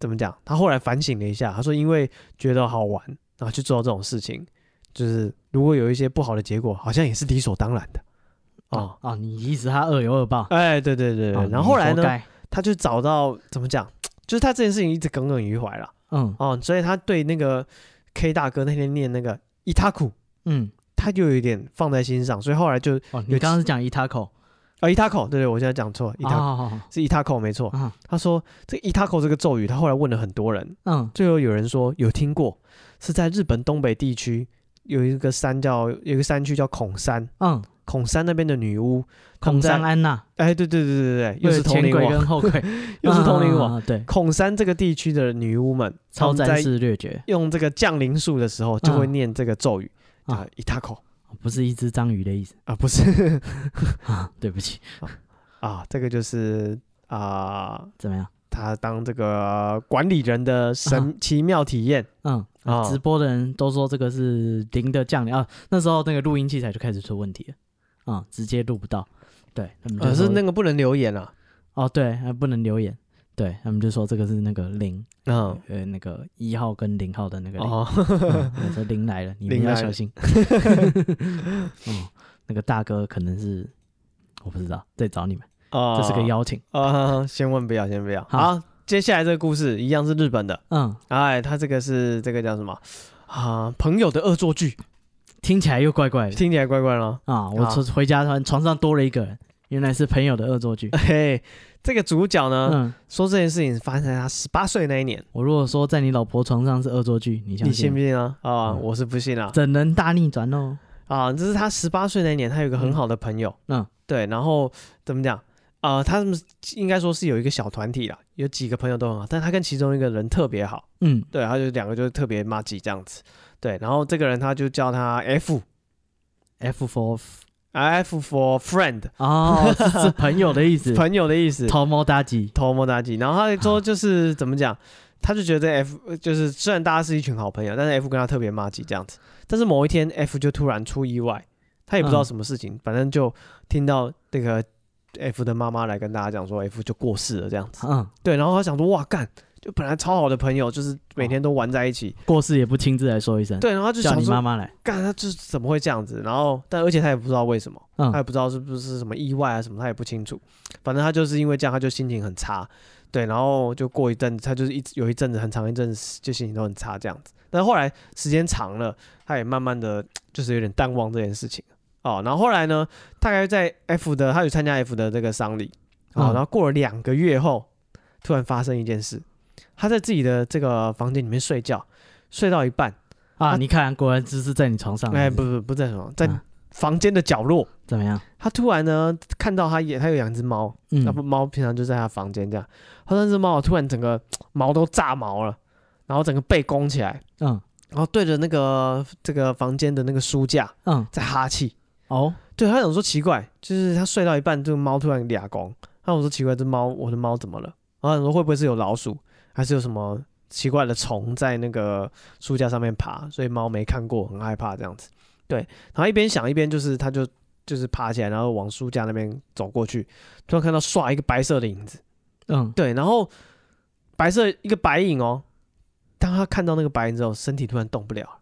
Speaker 1: 怎么讲？他后来反省了一下，他说因为觉得好玩，然后去做这种事情，就是如果有一些不好的结果，好像也是理所当然的。哦
Speaker 2: 哦，哦，你意思他恶有恶报。
Speaker 1: 哎，对对对
Speaker 2: 哦
Speaker 1: 对，然后后来？
Speaker 2: 你活
Speaker 1: 呢，
Speaker 2: 该
Speaker 1: 他就找到怎么讲，就是他这件事情一直耿耿于怀了。
Speaker 2: 嗯
Speaker 1: 哦，所以他对那个 K 大哥那天念那个伊塔库，
Speaker 2: 嗯，
Speaker 1: 他就有一点放在心上，所以后来就
Speaker 2: 哦，
Speaker 1: 有
Speaker 2: 你刚刚是讲伊塔口，
Speaker 1: 啊伊塔口，对对，我现在讲错了，伊塔、
Speaker 2: 哦，
Speaker 1: 是伊塔口没错。
Speaker 2: 啊，
Speaker 1: 他说这伊塔口这个咒语，他后来问了很多人，
Speaker 2: 嗯
Speaker 1: 最后有人说有听过，是在日本东北地区有一个山叫有一个山区叫孔山，
Speaker 2: 嗯，
Speaker 1: 孔山那边的女巫，
Speaker 2: 孔
Speaker 1: 孔
Speaker 2: 张
Speaker 1: 山
Speaker 2: 安娜
Speaker 1: 哎，对对对对对，又
Speaker 2: 又
Speaker 1: 是通
Speaker 2: 前
Speaker 1: 灵
Speaker 2: 鬼
Speaker 1: 王，
Speaker 2: 跟后鬼，
Speaker 1: 又是通灵 王。
Speaker 2: 啊，对，
Speaker 1: 孔山这个地区的女巫们，
Speaker 2: 超
Speaker 1: 她们
Speaker 2: 战
Speaker 1: 在
Speaker 2: 士略觉，
Speaker 1: 用这个降临术的时候，就会
Speaker 2: 嗯
Speaker 1: 念这个咒语
Speaker 2: 啊
Speaker 1: 啊，伊塔口
Speaker 2: 不是一只章鱼的意思
Speaker 1: 啊，不是。
Speaker 2: 啊，对不起，
Speaker 1: 啊，这个就是啊、
Speaker 2: 怎么样？
Speaker 1: 他当这个管理人的
Speaker 2: 啊
Speaker 1: 神奇妙体验
Speaker 2: 嗯，
Speaker 1: 啊，
Speaker 2: 直播的人都说这个是零的降临啊，那时候那个录音器材就开始出问题了，啊、直接录不到。对，他们就
Speaker 1: 可
Speaker 2: 说
Speaker 1: 呃是那个不能留言啊，
Speaker 2: 哦，对，还不能留言。对他们就说这个是那个零，
Speaker 1: 嗯，
Speaker 2: 呃，那个一号跟零号的那个零，
Speaker 1: 哦，
Speaker 2: 嗯说零来了，你们
Speaker 1: 零
Speaker 2: 要
Speaker 1: 来
Speaker 2: 小
Speaker 1: 了
Speaker 2: 心。嗯，那个大哥可能是我不知道，在找你们，
Speaker 1: 哦
Speaker 2: 这是个邀请。
Speaker 1: 啊，先问不要，先不要。
Speaker 2: 好
Speaker 1: 好，接下来这个故事一样是日本的，
Speaker 2: 嗯，
Speaker 1: 哎，他这个是这个叫什么啊？朋友的恶作剧，
Speaker 2: 听起来又怪怪的
Speaker 1: 听起来怪怪了。
Speaker 2: 啊！我
Speaker 1: 好
Speaker 2: 出回家突然床上多了一个人，原来是朋友的恶作剧。
Speaker 1: 嘿，这个主角呢，
Speaker 2: 嗯，
Speaker 1: 说这件事情发生在他十八岁那一年，
Speaker 2: 我如果说在你老婆床上是恶作剧，你相
Speaker 1: 你信
Speaker 2: 信
Speaker 1: 不
Speaker 2: 吗？
Speaker 1: 信啊？啊，
Speaker 2: 嗯
Speaker 1: 我是不信啊。
Speaker 2: 怎能大逆转哦？
Speaker 1: 啊，这是他十八岁那一年，他有一个很好的朋友，
Speaker 2: 嗯，
Speaker 1: 对，然后怎么讲啊、他们应该说是有一个小团体啦，有几个朋友都很好，但他跟其中一个人特别好，
Speaker 2: 嗯，
Speaker 1: 对，他就两个就是特别骂鸡这样子，对，然后这个人他就叫他 F
Speaker 2: F for
Speaker 1: F for friend
Speaker 2: 哦，这 是朋友的意思，
Speaker 1: 朋友的意思，
Speaker 2: 头毛大吉。
Speaker 1: 头摸大鸡，然后他说就是、怎么讲，他就觉得 F 就是虽然大家是一群好朋友，但是 F 跟他特别骂鸡这样子，但是某一天 F 就突然出意外，他也不知道
Speaker 2: 嗯
Speaker 1: 什么事情，反正就听到那个 F 的妈妈来跟大家讲说 F 就过世了这样子，
Speaker 2: 嗯，
Speaker 1: 对，然后他想说哇干，就本来超好的朋友，就是每天都玩在一起，
Speaker 2: 过世也不亲自来说一声，
Speaker 1: 对，然后他就
Speaker 2: 叫
Speaker 1: 想
Speaker 2: 你妈
Speaker 1: 说
Speaker 2: 妈来。
Speaker 1: 干他就是怎么会这样子，然后但而且他也不知道为什么。他也
Speaker 2: 嗯
Speaker 1: 不知道是不是什么意外啊什么，他也不清楚。反正他就是因为这样，他就心情很差，对，然后就过一阵子，他就是一直有一阵子很长一阵子就心情都很差这样子。但后来时间长了，他也慢慢的就是有点淡忘这件事情哦。然后后来呢，大概在 F 的，他有参加 F 的这个丧礼，哦，
Speaker 2: 嗯
Speaker 1: 然后过了两个月后，突然发生一件事，他在自己的这个房间里面睡觉，睡到一半，
Speaker 2: 啊，
Speaker 1: 他
Speaker 2: 你看，果然只是在你床上。
Speaker 1: 哎，
Speaker 2: 是
Speaker 1: 不
Speaker 2: 是，
Speaker 1: 不不在什么，在
Speaker 2: 嗯
Speaker 1: 房间的角落，
Speaker 2: 怎么样？
Speaker 1: 他突然呢看到他也他有养只猫，
Speaker 2: 嗯
Speaker 1: 那啊不猫平常就在他房间这样，他那只猫突然整个毛都炸毛了，然后整个背弓起来，
Speaker 2: 嗯
Speaker 1: 然后对着那个这个房间的那个书架
Speaker 2: 嗯
Speaker 1: 在哈气。
Speaker 2: 哦
Speaker 1: 对他想说奇怪，就是他睡到一半，这个猫突然俩弓，他想说奇怪，这猫我的猫怎么了？然后想说会不会是有老鼠，还是有什么奇怪的虫在那个书架上面爬，所以猫没看过，很害怕这样子。对，然后一边想一边就是他就就是爬起来，然后往书架那边走过去，突然看到唰一个白色的影子，
Speaker 2: 嗯
Speaker 1: 对，然后白色一个白影哦，当他看到那个白影之后，身体突然动不了了，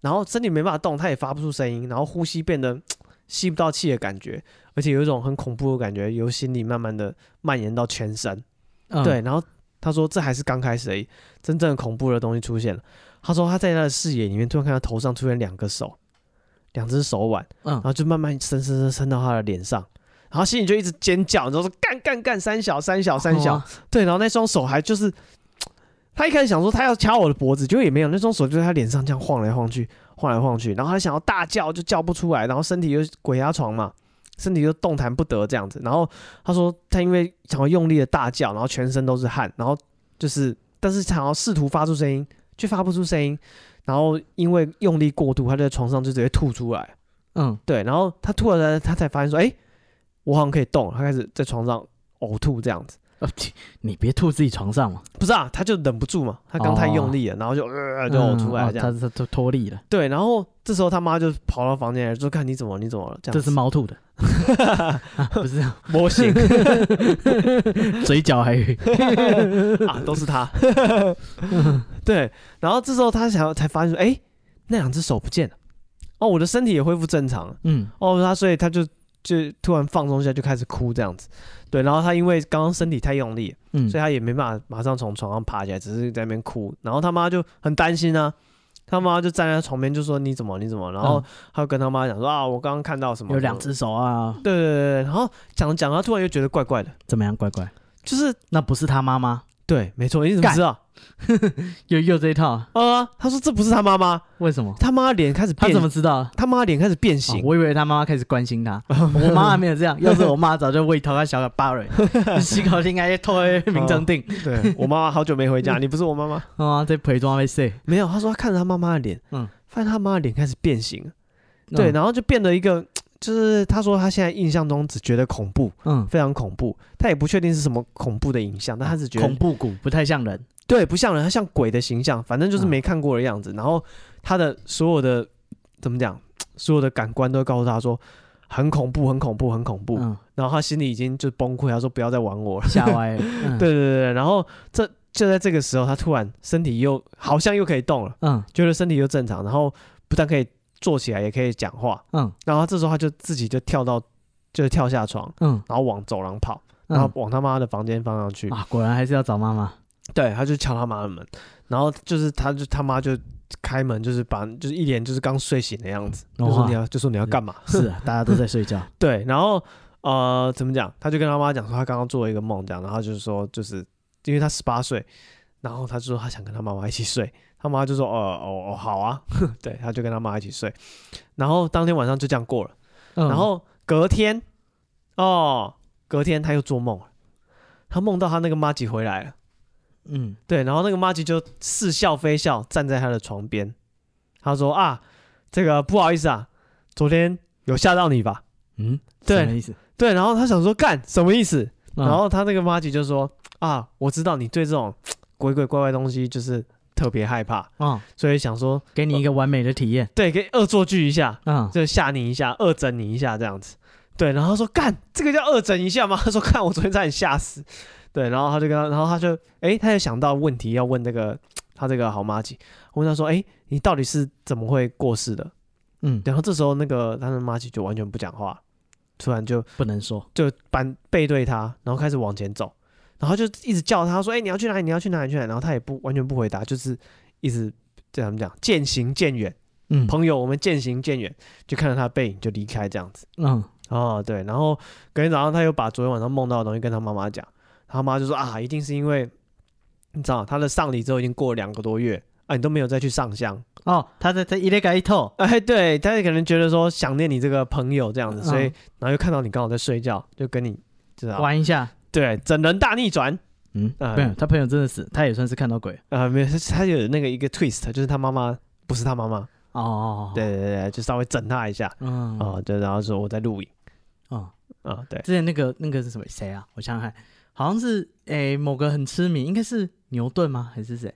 Speaker 1: 然后身体没办法动，他也发不出声音，然后呼吸变得吸不到气的感觉，而且有一种很恐怖的感觉由心里慢慢的蔓延到全身。
Speaker 2: 嗯
Speaker 1: 对，然后他说这还是刚开始而已，真正恐怖的东西出现了。他说他在他的视野里面突然看到头上出现两个手，两只手腕，然
Speaker 2: 嗯
Speaker 1: 后就慢慢伸伸伸伸到他的脸上。然后心里就一直尖叫，然后说干干干三小三小三小，
Speaker 2: 哦
Speaker 1: 对，然后那双手还就是，他一开始想说他要掐我的脖子，结果也没有，那双手就在他脸上这样晃来晃去，晃来晃去，然后他想要大叫就叫不出来，然后身体又鬼压床嘛，身体又动弹不得这样子。然后他说他因为想要用力的大叫，然后全身都是汗，然后就是但是想要试图发出声音，却发不出声音，然后因为用力过度，他就在床上就直接吐出来。
Speaker 2: 嗯
Speaker 1: 对，然后他突然他才发现说，哎、我好像可以动了，他开始在床上呕吐这样子。
Speaker 2: 呃你别吐自己床上嘛，
Speaker 1: 不是啊，他就忍不住嘛，他刚太用力了，然后就呃就呕出来
Speaker 2: 嗯
Speaker 1: 这
Speaker 2: 哦
Speaker 1: 样。
Speaker 2: 它它脱脱力了，
Speaker 1: 对，然后这时候他妈就跑到房间来，就看你怎么了你怎么了这样
Speaker 2: 这
Speaker 1: 子。
Speaker 2: 是猫 吐的，啊不是
Speaker 1: 模型
Speaker 2: 嘴角还有
Speaker 1: 啊，都是 他。对，然后这时候他想要才发现说，哎、那两只手不见了，哦，我的身体也恢复正常了，
Speaker 2: 嗯
Speaker 1: 哦，他所以他就就突然放松下，就开始哭这样子。对，然后他因为刚刚身体太用力，
Speaker 2: 嗯，
Speaker 1: 所以他也没办法马上从床上爬起来，只是在那边哭。然后他妈就很担心啊，他妈就站在他床边就说你怎么你怎么？然后
Speaker 2: 嗯
Speaker 1: 他就跟他妈讲说啊，我刚刚看到什么
Speaker 2: 有两。只手啊，
Speaker 1: 对对对对，然后讲着讲着，他突然又觉得怪怪的，
Speaker 2: 怎么样，乖乖？
Speaker 1: 就是
Speaker 2: 那不是他妈妈，
Speaker 1: 对，没错，你怎么
Speaker 2: 干
Speaker 1: 知道？
Speaker 2: 又又这一套啊，
Speaker 1: 啊，他说这不是他妈妈，
Speaker 2: 为什么？
Speaker 1: 他妈脸开始
Speaker 2: 他
Speaker 1: 变，
Speaker 2: 怎么知道？
Speaker 1: 他啊妈脸开始变
Speaker 2: 哦
Speaker 1: 形？
Speaker 2: 我以为他妈妈开始关心 他，我妈还没有这样。要是我妈早就喂头他小个巴 瑞，洗口应该偷名正定。
Speaker 1: 对我妈妈好久没回 家，你不是我妈妈？
Speaker 2: 啊，这陪妆被睡。
Speaker 1: 没有，他说他看着他妈妈的脸，嗯
Speaker 2: 嗯，
Speaker 1: 发现他妈的脸开始变形，对，然后就变得一个，就是他说他现在印象中只觉得恐怖，
Speaker 2: 嗯，
Speaker 1: 非常恐怖，他也不确定是什么恐怖的影像，但他只觉得
Speaker 2: 啊恐怖谷啊不太像人。
Speaker 1: 对不像人，他像鬼的形象，反正就是没看过的样子。然后他的所有的怎么讲，所有的感官都告诉他说很恐怖，很恐怖，很恐怖。
Speaker 2: 嗯，
Speaker 1: 然后他心里已经就崩溃，他说不要再玩我了。
Speaker 2: 吓歪了。嗯
Speaker 1: 对，对对对，然后这就在这个时候，他突然身体又好像又可以动了，
Speaker 2: 嗯
Speaker 1: 觉得身体又正常，然后不但可以坐起来，也可以讲话。
Speaker 2: 嗯
Speaker 1: 然后他这时候他就自己就跳到，就是跳下床，
Speaker 2: 嗯，
Speaker 1: 然后往走廊跑。然
Speaker 2: 然
Speaker 1: 后往他妈的房间方向去。
Speaker 2: 嗯啊，果然还是要找妈妈。
Speaker 1: 对，他就敲他妈的门，然后就是他就他妈就开门，就是把就是一脸就是刚睡醒的样子，就说
Speaker 2: 哇
Speaker 1: 你要就说你要干嘛？
Speaker 2: 哦是啊， 大家都在睡觉。
Speaker 1: 对，然后呃怎么讲？他就跟他妈讲说他刚刚做了一个梦，这样，然后就是说就是因为他十八岁，然后他就说他想跟他妈妈一起睡，他妈就说哦哦哦好啊， 对，他就跟他妈一起睡，然后当天晚上就这样过了。
Speaker 2: 嗯
Speaker 1: 然后隔天，哦，隔天他又做梦了，他梦到他那个妈吉回来了，
Speaker 2: 嗯
Speaker 1: 对，然后那个妈吉就似笑非笑站在他的床边，他说啊，这个不好意思啊，昨天有吓到你吧？
Speaker 2: 嗯，
Speaker 1: 对
Speaker 2: 什么意思？
Speaker 1: 对，然后他想说干什么意思？
Speaker 2: 嗯
Speaker 1: 然后他那个妈吉就说啊，我知道你对这种鬼鬼怪怪东西就是特别害怕，
Speaker 2: 嗯，
Speaker 1: 所以想说
Speaker 2: 给你一个完美的体验。
Speaker 1: 对，给恶作剧一下，
Speaker 2: 嗯
Speaker 1: 就吓你一下，恶整你一下这样子。对，然后他说干这个叫恶整一下吗？他 说看我昨天差点吓死。对，然后他就跟他，然后他就诶，他也想到问题要问这个他这个好妈吉，问他说诶，你到底是怎么会过世的？
Speaker 2: 嗯，
Speaker 1: 然后这时候那个他的妈吉就完全不讲话，突然就
Speaker 2: 不能说。
Speaker 1: 就板背对他，然后开始往前走，然后就一直叫他说诶，你要去哪里？你要去哪里？去哪里？然后他也不完全不回答，就是一直这怎么讲，渐行渐远。
Speaker 2: 嗯
Speaker 1: 朋友，我们渐行渐远，就看到他的背影就离开这样子。
Speaker 2: 嗯
Speaker 1: 哦，对，然后隔天早上他又把昨天晚上梦到的东西跟他妈妈讲，他妈就说啊，一定是因为你知道他的丧礼之后已经过了两个多月啊，你都没有再去上香，
Speaker 2: 哦，他在在伊雷盖一透，
Speaker 1: 哎，对，他可能觉得说想念你这个朋友这样子，所以
Speaker 2: 嗯
Speaker 1: 然后又看到你刚好在睡觉，就跟你知道
Speaker 2: 玩一下。
Speaker 1: 对整人大逆转
Speaker 2: 嗯，
Speaker 1: 啊
Speaker 2: 没有，他朋友真的死，他也算是看到鬼。
Speaker 1: 啊、没有，他有那个一个 twist，就是他妈妈不是他妈妈，
Speaker 2: 哦，，
Speaker 1: 对对对，就稍微整他一下
Speaker 2: 嗯，
Speaker 1: 啊、对，然后说我在录影
Speaker 2: 哦，
Speaker 1: 啊、对，
Speaker 2: 之前那个那个是什么谁啊？我想想看，好像是诶、某个很痴迷，应该是牛顿吗？还是谁？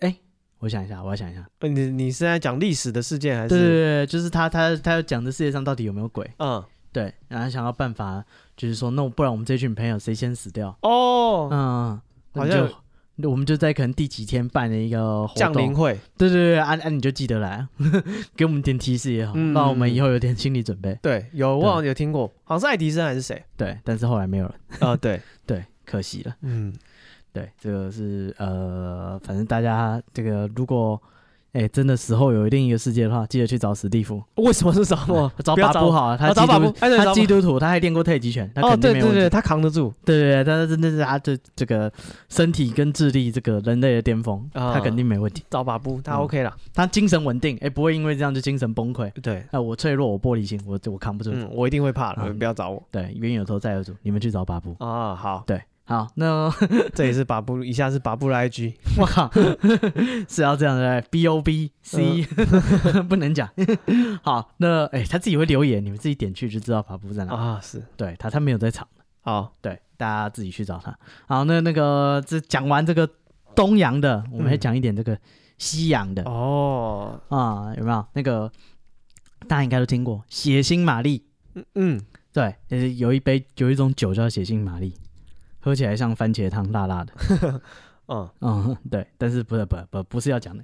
Speaker 2: 诶、我想一下，我要想一下。
Speaker 1: 呃你你是在讲历史的事件还是？
Speaker 2: 对对对，就是他他他要讲这世界上到底有没有鬼？
Speaker 1: 嗯，
Speaker 2: 对，然后想要办法，就是说，那不然我们这群朋友谁先死掉？
Speaker 1: 哦，
Speaker 2: 嗯，
Speaker 1: 好
Speaker 2: 那就
Speaker 1: 像
Speaker 2: 那我们就在可能第几天办的一个活
Speaker 1: 降临
Speaker 2: 动。
Speaker 1: 会，
Speaker 2: 对对对，啊啊，你就记得来，给我们点提示也好，
Speaker 1: 嗯
Speaker 2: 让我们以后有点心理准备。
Speaker 1: 对，有我好像有听过，好像是爱迪生还是谁
Speaker 2: 对，但是后来没有了，
Speaker 1: 啊、 对，
Speaker 2: 对，可惜了。
Speaker 1: 嗯，
Speaker 2: 对，这个是呃，反正大家这个如果哎真的死后有另一个世界的话，记得去找史蒂夫，
Speaker 1: 为什么是找我？
Speaker 2: 找
Speaker 1: 不要
Speaker 2: 把
Speaker 1: 找
Speaker 2: 布好了，
Speaker 1: 哦
Speaker 2: 他基
Speaker 1: 找
Speaker 2: 督
Speaker 1: 把布哎对
Speaker 2: 他
Speaker 1: 找
Speaker 2: 基
Speaker 1: 把
Speaker 2: 督徒，他还练过太极拳，他
Speaker 1: 哦，
Speaker 2: 肯
Speaker 1: 对
Speaker 2: 定没有
Speaker 1: 对
Speaker 2: 问
Speaker 1: 对，
Speaker 2: 题。
Speaker 1: 他扛得住，
Speaker 2: 对对对，他真的是他这这个身体跟智力这个人类的巅峰，
Speaker 1: 啊
Speaker 2: 他肯定没问题。
Speaker 1: 找把布，他
Speaker 2: 嗯
Speaker 1: OK 了，
Speaker 2: 他精神稳定，哎，不会因为这样就精神崩溃。
Speaker 1: 对，
Speaker 2: 哎，我脆弱，我玻璃心，我我扛不住。
Speaker 1: 嗯，我一定会怕的，
Speaker 2: 嗯
Speaker 1: 不要找我
Speaker 2: 对，冤有头债有主，你们去找巴布。
Speaker 1: 啊， 好，
Speaker 2: 对，好，那
Speaker 1: 这也是把布，以下是把布的 IG，
Speaker 2: 我靠，是要这样的，B O B C，、不
Speaker 1: 嗯
Speaker 2: 能讲。好，那哎、他自己会留言，你们自己点去就知道跑步在哪。
Speaker 1: 啊，是，
Speaker 2: 对他，他没有在场，
Speaker 1: 好，
Speaker 2: 对，大家自己去找他。好，那那个这讲完这个东洋的，我们还
Speaker 1: 嗯
Speaker 2: 讲一点这个西洋的啊、啊
Speaker 1: 哦，
Speaker 2: 有没有？那个大家应该都听过血腥玛丽，
Speaker 1: 嗯嗯，
Speaker 2: 对，呃有一杯有一种酒叫血腥玛丽，喝起来像番茄汤，辣辣的。
Speaker 1: 嗯，
Speaker 2: 嗯， 对，但是不是不不不是要讲的，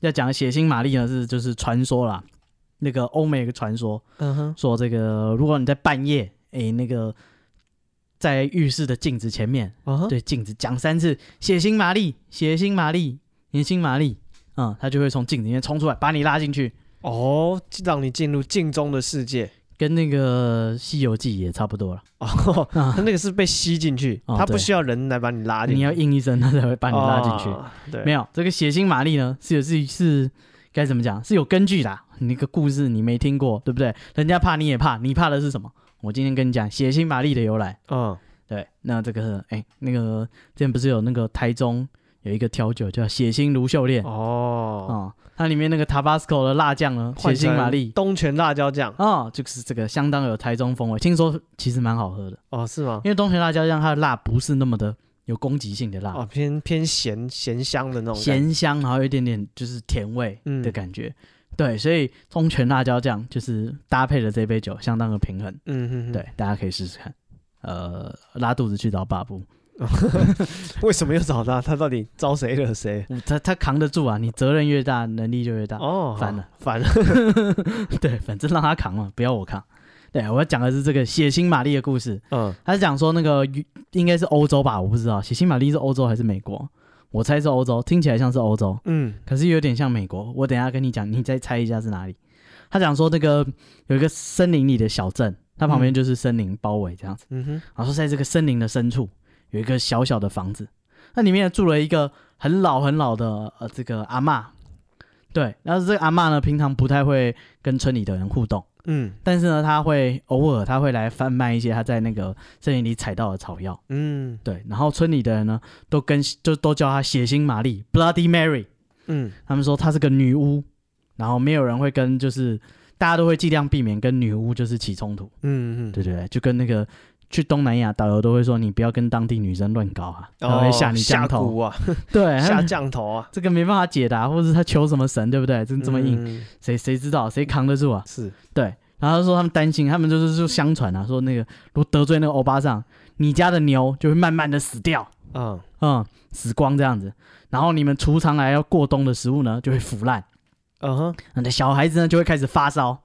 Speaker 2: 要讲的血腥玛丽呢是就是传说啦，那个欧美有个传说
Speaker 1: 嗯哼，
Speaker 2: 说这个如果你在半夜诶、那个在浴室的镜子前面
Speaker 1: 啊哈，
Speaker 2: 对镜子讲三次血腥玛丽血腥玛丽血腥玛丽，嗯，他就会从镜子里面冲出来把你拉进去，
Speaker 1: 哦，让你进入镜中的世界。
Speaker 2: 跟那个《西游记》也差不多了，
Speaker 1: 哦，
Speaker 2: 啊
Speaker 1: 他那个是被吸进去，
Speaker 2: 哦
Speaker 1: 他不
Speaker 2: 对
Speaker 1: 需要人来把你拉进去，
Speaker 2: 你要应一声他才会把你拉进去。
Speaker 1: 哦对，
Speaker 2: 没有这个血腥玛丽呢，是有是是该怎么讲？是有根据的啊、你一个故事你没听过，对不对？人家怕你也怕，你怕的是什么？我今天跟你讲血腥玛丽的由来。
Speaker 1: 嗯，
Speaker 2: 对，那这个哎，那个之前不是有那个台中有一个调酒叫血腥卢秀莲啊、
Speaker 1: 哦，
Speaker 2: 哦它里面那个 Tabasco 的辣酱呢，血
Speaker 1: 换成
Speaker 2: 腥玛丽
Speaker 1: 东泉辣椒酱，
Speaker 2: 啊、哦就是这个相当有台中风味。听说其实蛮好喝的，
Speaker 1: 哦，是吗？
Speaker 2: 因为东泉辣椒酱它的辣不是那么的有攻击性的辣，
Speaker 1: 哦，偏偏咸咸香的那种感觉，
Speaker 2: 啊咸香，然后有一点点就是甜味
Speaker 1: 嗯
Speaker 2: 的感觉。对，所以中泉辣椒酱就是搭配了这杯酒，相当的平衡。
Speaker 1: 嗯哼，
Speaker 2: 对，大家可以试试看。呃，拉肚子去找爸布，
Speaker 1: 哼，为什么要找他？他到底招谁惹 谁？
Speaker 2: 嗯他他扛得住啊，你责任越大，能力就越大。
Speaker 1: 哦，
Speaker 2: 反了
Speaker 1: 好，反了，
Speaker 2: 对，反正让他扛嘛，不要我扛。对，我要讲的是这个血腥玛丽的故事。
Speaker 1: 嗯，
Speaker 2: 他是讲说那个应该是欧洲吧，我不知道血腥玛丽是欧洲还是美国，我猜是欧洲，听起来像是欧洲。
Speaker 1: 嗯，
Speaker 2: 可是有点像美国。我等一下跟你讲，你再猜一下是哪里。他讲说那个有一个森林里的小镇，它旁边就是森林包围这样子。
Speaker 1: 嗯哼，
Speaker 2: 然后说在这个森林的深处有一个小小的房子，那里面住了一个很老很老的呃这个阿嬷。对，然后这个阿嬷呢，平常不太会跟村里的人互动，
Speaker 1: 嗯
Speaker 2: 但是呢，她会偶尔她会来贩卖一些她在那个森林里采到的草药。
Speaker 1: 嗯
Speaker 2: 对，然后村里的人呢，都跟就都叫她血腥玛丽 （Bloody Mary）。
Speaker 1: 嗯，
Speaker 2: 他们说她是个女巫，然后没有人会跟，就是大家都会尽量避免跟女巫就是起冲突，
Speaker 1: 嗯嗯，
Speaker 2: 对对对，就跟那个去东南亚导游都会说你不要跟当地女生乱搞啊，她会
Speaker 1: 下
Speaker 2: 吓你
Speaker 1: 哦下
Speaker 2: 降头，哎
Speaker 1: 蛊啊，
Speaker 2: 对，
Speaker 1: 下
Speaker 2: 他
Speaker 1: 降头 啊，
Speaker 2: 这个没办法解答，或者是他求什么神，对不对？这这么硬，
Speaker 1: 嗯，
Speaker 2: 谁谁知道谁扛得住啊？
Speaker 1: 是，
Speaker 2: 对，然后他说他们担心，他们就是就相传啊，说那个如果得罪那个欧巴桑，你家的牛就会慢慢的死掉。
Speaker 1: 嗯，
Speaker 2: 嗯，死光这样子，然后你们储藏来要过冬的食物呢，就会腐烂，
Speaker 1: 嗯哼，
Speaker 2: 那的小孩子呢就会开始发烧。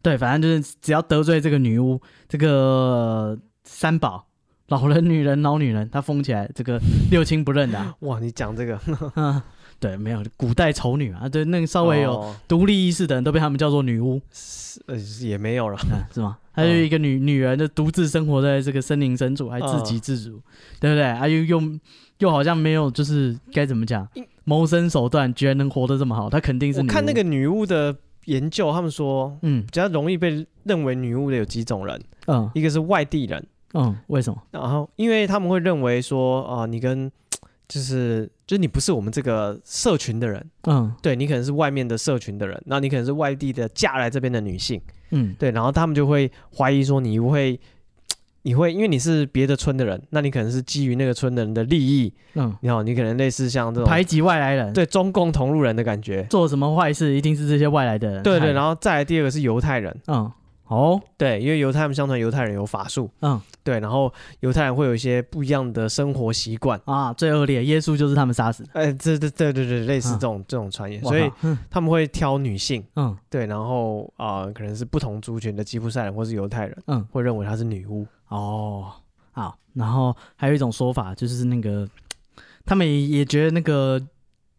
Speaker 2: 对，反正就是只要得罪这个女巫，这个三宝，老人、女人、老女人，她疯起来，这个六亲不认 的啊、
Speaker 1: 哇，你讲 这个
Speaker 2: 嗯，对，没有古代丑女啊，对，那个稍微有
Speaker 1: 哦
Speaker 2: 独立意识的人都被他们叫做女巫，
Speaker 1: 是呃也没有了，
Speaker 2: 啊、是
Speaker 1: 嗯
Speaker 2: 吗？还有一个女女人就独自生活在这个森林
Speaker 1: 嗯
Speaker 2: 深处，还自给自足，对不对？啊，又又又好像没有，就是该怎么讲？谋生手段居然能活得这么好，她肯定是
Speaker 1: 我
Speaker 2: 女
Speaker 1: 看
Speaker 2: 巫
Speaker 1: 那个，女巫的研究，他们说
Speaker 2: 嗯
Speaker 1: 比较容易被认为女巫的有几种人，
Speaker 2: 嗯
Speaker 1: 一个是外地人，
Speaker 2: 嗯，为什么？
Speaker 1: 然后因为他们会认为说啊、你跟就是就是你不是我们这个社群的人，
Speaker 2: 嗯
Speaker 1: 对你可能是外面的社群的人，那你可能是外地的嫁来这边的女性，
Speaker 2: 嗯
Speaker 1: 对，然后他们就会怀疑说你会。你会因为你是别的村的人，那你可能是基于那个村的人的利益，
Speaker 2: 嗯，
Speaker 1: 你好，你可能类似像这种
Speaker 2: 排挤外来人，，
Speaker 1: 对中共同路人的感觉，
Speaker 2: 做什么坏事一定是这些外来的人害的，
Speaker 1: 对对，然后再来第二个是犹太人，
Speaker 2: 嗯，哦，
Speaker 1: 对，因为犹太们相传犹太人有法术，
Speaker 2: 嗯
Speaker 1: 对，然后犹太人会有一些不一样的生活习惯，
Speaker 2: 啊，最恶劣，耶稣就是他们杀死的，
Speaker 1: 哎，这这对对对，类似
Speaker 2: 啊
Speaker 1: 这种、这种传言，
Speaker 2: 哇
Speaker 1: 所以
Speaker 2: 靠嗯
Speaker 1: 他们会挑女性，
Speaker 2: 嗯
Speaker 1: 对，然后啊、呃可能是不同族群的吉普赛人或是犹太人，
Speaker 2: 嗯，
Speaker 1: 会认为她是女巫，
Speaker 2: 哦，好，然后还有一种说法就是那个，他们也也觉得那个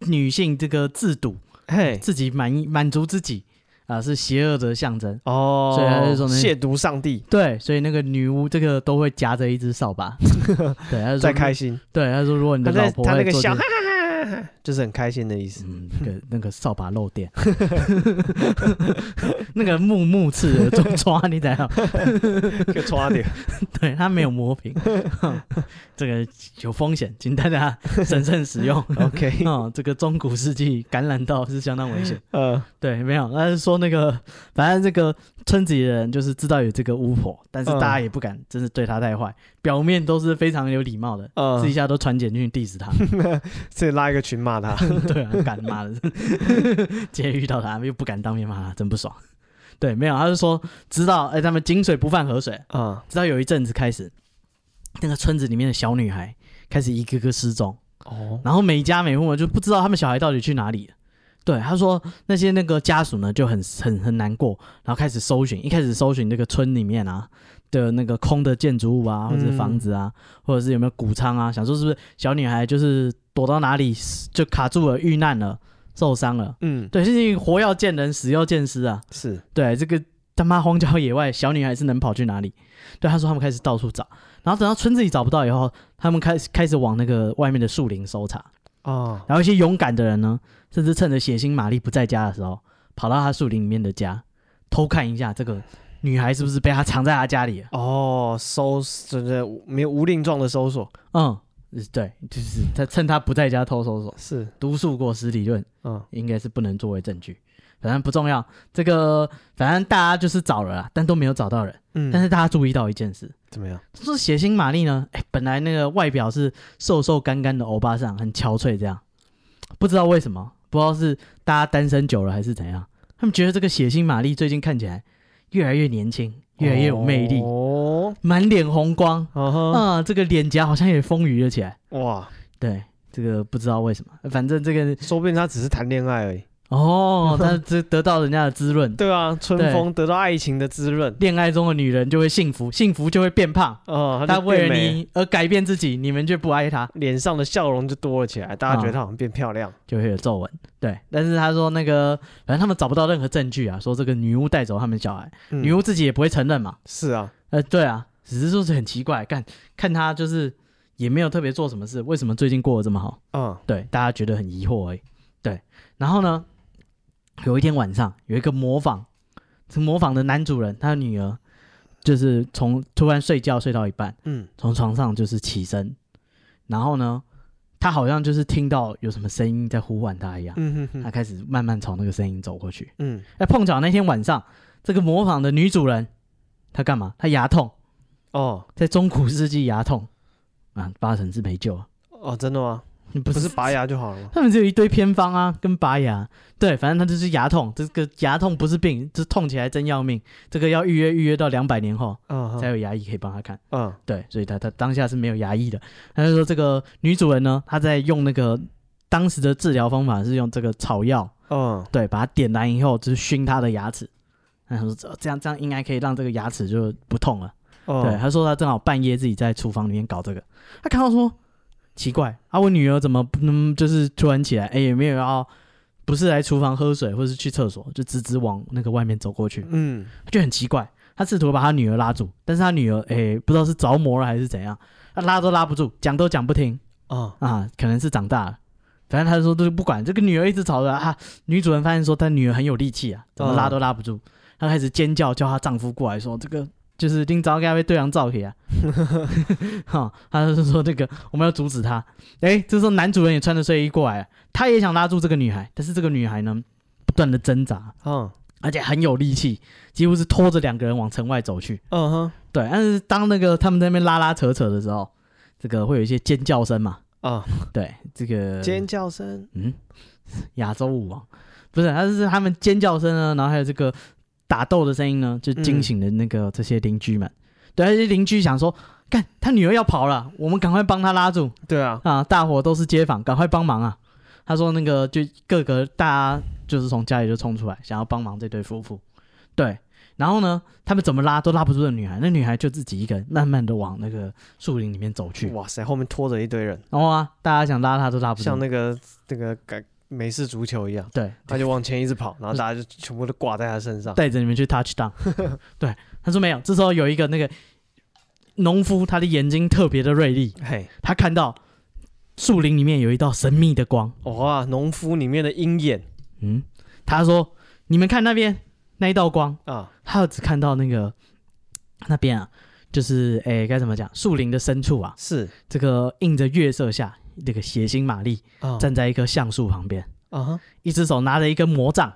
Speaker 2: 女性这个自赌，
Speaker 1: 嘿，
Speaker 2: 自己满满足自己啊、是邪恶的象征。
Speaker 1: 哦，
Speaker 2: 所以她是说那
Speaker 1: 亵渎上帝，
Speaker 2: 对，所以那个女巫这个都会夹着一只 扫把，对，他
Speaker 1: 在
Speaker 2: 说，
Speaker 1: 开心，
Speaker 2: 对，他说如果你
Speaker 1: 他
Speaker 2: 的
Speaker 1: 在
Speaker 2: 老婆
Speaker 1: 他那
Speaker 2: 会
Speaker 1: 个
Speaker 2: 做这
Speaker 1: 笑，哈哈哈哈，就是很开心的意思，
Speaker 2: 嗯，那个那个扫把漏电， 那个木木刺耳中抓你怎样？嗯
Speaker 1: 就抓点，
Speaker 2: 对，它没有磨平， 这个有风险，请大家审慎使用。
Speaker 1: OK
Speaker 2: 哦，这个中古世纪感染到是相当危险。
Speaker 1: 呃，
Speaker 2: 对，没有，那是说那个，反正这个村子里的人就是知道有这个巫婆，但是
Speaker 1: 嗯
Speaker 2: 大家也不敢真是对她太坏，表面都是非常有礼貌的，
Speaker 1: 呃
Speaker 2: 私底下都传简讯 diss 她。
Speaker 1: 自己拉一个群骂 他，
Speaker 2: 对啊，敢骂的， 直接遇到他又不敢当面骂他，真不爽。对，没有，他就说知道，哎、他们井水不犯河水，
Speaker 1: 啊、
Speaker 2: 直到有一阵子开始，那个村子里面的小女孩开始一个个失踪，
Speaker 1: 哦，
Speaker 2: 然后每家每户就不知道他们小孩到底去哪里了。对，他说那些那个家属呢就很很很难过，然后开始搜寻，一开始搜寻这个村里面啊的那个空的建筑物啊，或者是房子啊，或者是有没有谷仓啊，想说是不是小女孩就是躲到哪里就卡住了，遇难了，受伤了。
Speaker 1: 嗯，
Speaker 2: 对，是活要见人，死要见尸啊。
Speaker 1: 是，
Speaker 2: 对，这个他妈荒郊野外，小女孩是能跑去哪里？对，他说他们开始到处找，然后等到村子里找不到以后，他们开始开始往那个外面的树林搜查，
Speaker 1: 哦，
Speaker 2: 然后一些勇敢的人呢，甚至趁着血腥玛丽不在家的时候，跑到她树林里面的家偷看一下这个女孩是不是被她藏在她家里了。
Speaker 1: 哦，搜，就是没有无令状的搜索，
Speaker 2: 嗯，对，就是他趁她不在家偷搜索，
Speaker 1: 是，
Speaker 2: 毒树过失理论
Speaker 1: 嗯，
Speaker 2: 应该是不能作为证据，反正不重要。这个反正大家就是找了啦，但都没有找到人。
Speaker 1: 嗯，
Speaker 2: 但是大家注意到一件事，
Speaker 1: 怎么样？
Speaker 2: 就是血腥玛丽呢，哎，本来那个外表是瘦瘦干干的欧巴桑，很憔悴这样，不知道为什么，不知道是大家单身久了还是怎样，他们觉得这个血腥玛丽最近看起来越来越年轻，越来越有魅力，
Speaker 1: 哦，
Speaker 2: 满脸红光，
Speaker 1: 啊哈，
Speaker 2: 啊、这个脸颊好像也丰腴了起来。
Speaker 1: 哇，
Speaker 2: 对，这个不知道为什么，反正这个
Speaker 1: 说不定他只是谈恋爱而已。
Speaker 2: 哦，他这得到人家的滋润，
Speaker 1: 对啊，春
Speaker 2: 对
Speaker 1: 风得到爱情的滋润，
Speaker 2: 恋爱中的女人就会幸福，幸福就会变胖。
Speaker 1: 哦，
Speaker 2: 她
Speaker 1: 他就变
Speaker 2: 为了
Speaker 1: 美，
Speaker 2: 你而改变自己，你们却不爱她。
Speaker 1: 脸上的笑容就多了起来，大家觉
Speaker 2: 啊
Speaker 1: 得他好像变漂亮。
Speaker 2: 就会有皱纹。对，但是他说那个，反正他们找不到任何证据啊，说这个女巫带走他们小孩，
Speaker 1: 嗯
Speaker 2: 女巫自己也不会承认嘛。
Speaker 1: 是啊，
Speaker 2: 呃，对啊，只是说是很奇怪，看看他就是也没有特别做什么事，为什么最近过得这么好？
Speaker 1: 嗯，
Speaker 2: 对，大家觉得很疑惑而已。对，然后呢，有一天晚上有一个模仿，是模仿的男主人，他的女儿就是从突然睡觉睡到一半，
Speaker 1: 嗯，
Speaker 2: 从床上就是起身，然后呢，他好像就是听到有什么声音在呼唤他一样。
Speaker 1: 嗯哼
Speaker 2: 他
Speaker 1: 哼，
Speaker 2: 开始慢慢朝那个声音走过去。
Speaker 1: 嗯，
Speaker 2: 哎，碰巧那天晚上，这个模仿的女主人，她干嘛？她牙痛，
Speaker 1: 哦，
Speaker 2: 在中古世纪牙痛 啊，八成是没救了。
Speaker 1: 哦，真的吗？
Speaker 2: 你不
Speaker 1: 不
Speaker 2: 是
Speaker 1: 是拔牙就好了吗？
Speaker 2: 他们只有一堆偏方啊，跟拔牙。对，反正他就是牙痛，这个牙痛不是病，这痛起来真要命。这个要预约，预约到两百年后
Speaker 1: 嗯
Speaker 2: 才
Speaker 1: 哼
Speaker 2: 有牙医可以帮他看。
Speaker 1: 嗯，
Speaker 2: 对，所以他他当下是没有牙医的。他就说这个女主人呢，她在用那个当时的治疗方法是用这个草药，
Speaker 1: 嗯，
Speaker 2: 对，把它点燃以后，就是熏它的牙齿。然后说哦这样这样应该可以让这个牙齿就不痛了。对，
Speaker 1: 哦，
Speaker 2: 他说他正好半夜自己在厨房里面搞这个，他看到说奇怪啊，我女儿怎么不嗯就是突然起来，哎也没有要不是来厨房喝水或是去厕所，就直直往那个外面走过去，
Speaker 1: 嗯，
Speaker 2: 他就很奇怪。他试图把他女儿拉住，但是他女儿哎不知道是着魔了还是怎样，他拉都拉不住，讲都讲不听
Speaker 1: 啊，
Speaker 2: 啊，可能是长大了。反正他就说都不管，这个女儿一直吵着啊，女主人发现说她女儿很有力气啊，怎么拉都拉不住，她开始尖叫，叫她丈夫过来说这个。就是今早给他被对方照起啊，哈、他就是说这个我们要阻止他。哎，这时候男主人也穿着睡衣过来了，他也想拉住这个女孩，但是这个女孩呢，不断的挣扎，
Speaker 1: 嗯
Speaker 2: 而且很有力气，几乎是拖着两个人往城外走去。
Speaker 1: 嗯哼
Speaker 2: 对，但是当那个他们在那边拉拉扯扯的时候，这个会有一些尖叫声嘛？
Speaker 1: 啊，
Speaker 2: 对，这个
Speaker 1: 尖叫声，
Speaker 2: 嗯，亚洲舞王不是，他是他们尖叫声呢，然后还有这个打斗的声音呢，就惊醒了那个这些邻居们。对，这些邻居想说，干他女儿要跑了，我们赶快帮他拉住
Speaker 1: 对啊，
Speaker 2: 啊！大伙都是街坊，赶快帮忙啊！他说那个就各个大家就是从家里就冲出来，想要帮忙这对夫妇。对，然后呢，他们怎么拉都拉不住那女孩，那女孩就自己一个人慢慢的往那个树林里面走去。
Speaker 1: 哇塞，后面拖着一堆人，
Speaker 2: 然后啊，大家想拉她都拉不住
Speaker 1: 像。那个那个感美式足球一 样，
Speaker 2: 对，
Speaker 1: 他就往前一直跑，然后大家就全部都挂在他身上。
Speaker 2: 带着你们去 touch down。对，他说没有。这时候有一个那个农夫，他的眼睛特别的锐利，
Speaker 1: 嘿，
Speaker 2: 他看到树林里面有一道神秘的光。
Speaker 1: 哇，农夫里面的鹰眼
Speaker 2: 嗯，他说：“你们看那边那一道光。
Speaker 1: 啊，”
Speaker 2: 他只看到那个那边啊，就是诶该怎么讲，树林的深处啊，
Speaker 1: 是
Speaker 2: 这个映着月色下，那个血腥玛丽
Speaker 1: 啊
Speaker 2: 站在一棵橡树旁边，
Speaker 1: 啊哈，
Speaker 2: 一只手拿着一根魔杖。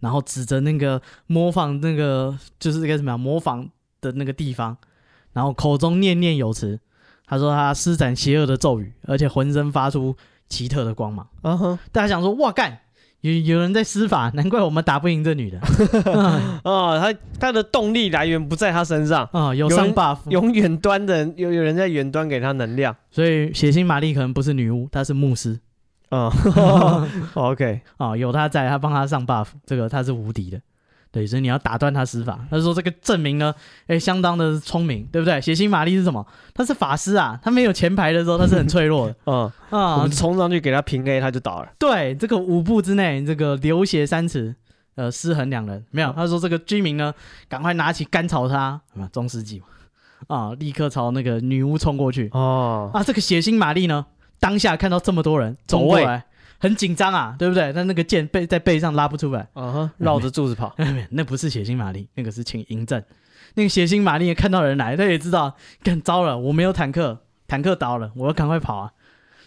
Speaker 2: 然后指着那个模仿那个就是那个什么呀啊模仿的那个地方，然后口中念念有词。他说他施展邪恶的咒语，而且浑身发出奇特的光芒。
Speaker 1: 啊哈
Speaker 2: 大家想说，哇干，有有人在施法，难怪我们打不赢这女的啊、
Speaker 1: 啊，他他的动力来源不在他身上，
Speaker 2: 哦
Speaker 1: 有
Speaker 2: 有上
Speaker 1: 人
Speaker 2: buff，
Speaker 1: 有远端的有有人在远端给他能量。
Speaker 2: 所以血腥玛丽可能不是女巫，她是 牧师
Speaker 1: 啊，OK，
Speaker 2: 啊、有她在，她帮她上 buff，这个她是无敌的。对，所以你要打断她施法。他说这个证明呢，哎，相当的聪明，对不对？血腥玛丽是什么？她是法师啊，她没有前排的时候，她是很脆弱的
Speaker 1: 嗯， 我
Speaker 2: 啊
Speaker 1: 们。冲上去给他平 A，他就倒了。
Speaker 2: 对，这个五步之内，这个流血三尺，呃，失衡两人。没有，他说这个居民呢，赶快拿起干草叉，啊，中世纪嘛，啊，立刻朝那个女巫冲过去。
Speaker 1: 哦，
Speaker 2: 啊，这个血腥玛丽呢，当下看到这么多人冲过来，很紧张啊，对不对？那那个剑背在背上拉不出来，
Speaker 1: 啊哈，绕着柱子 跑。
Speaker 2: 那不是血腥玛丽，那个是请嬴政。那个血腥玛丽也看到人来，他也知道，干糟了，我没有坦克，坦克倒了，我要赶快跑啊！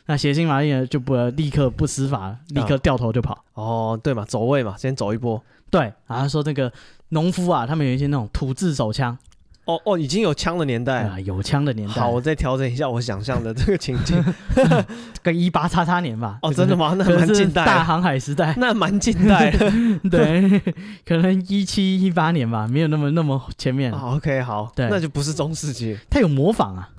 Speaker 2: 那血腥玛丽呢，就不立刻不施法了，立刻
Speaker 1: 嗯
Speaker 2: 掉头就跑。
Speaker 1: 哦，对嘛，走位嘛，先走一波。
Speaker 2: 对，然后他说那个农夫啊，他们有一些那种土制手枪，
Speaker 1: 哦哦，已经有枪的年代
Speaker 2: 啊、
Speaker 1: 了。
Speaker 2: 有枪的年代，
Speaker 1: 好，我再调整一下我想象的这个情境。
Speaker 2: 跟一八叉叉年吧。
Speaker 1: 哦，
Speaker 2: 这
Speaker 1: 真
Speaker 2: 个
Speaker 1: 的吗？那
Speaker 2: 可能
Speaker 1: 蛮
Speaker 2: 是
Speaker 1: 近代
Speaker 2: 大
Speaker 1: 的，
Speaker 2: 航海时代，
Speaker 1: 那蛮近 代的。
Speaker 2: 对，可能一七一八年吧，没有那么那么前面。
Speaker 1: 哦 OK，好，
Speaker 2: 对
Speaker 1: 那就不是中世纪
Speaker 2: 他有模仿啊，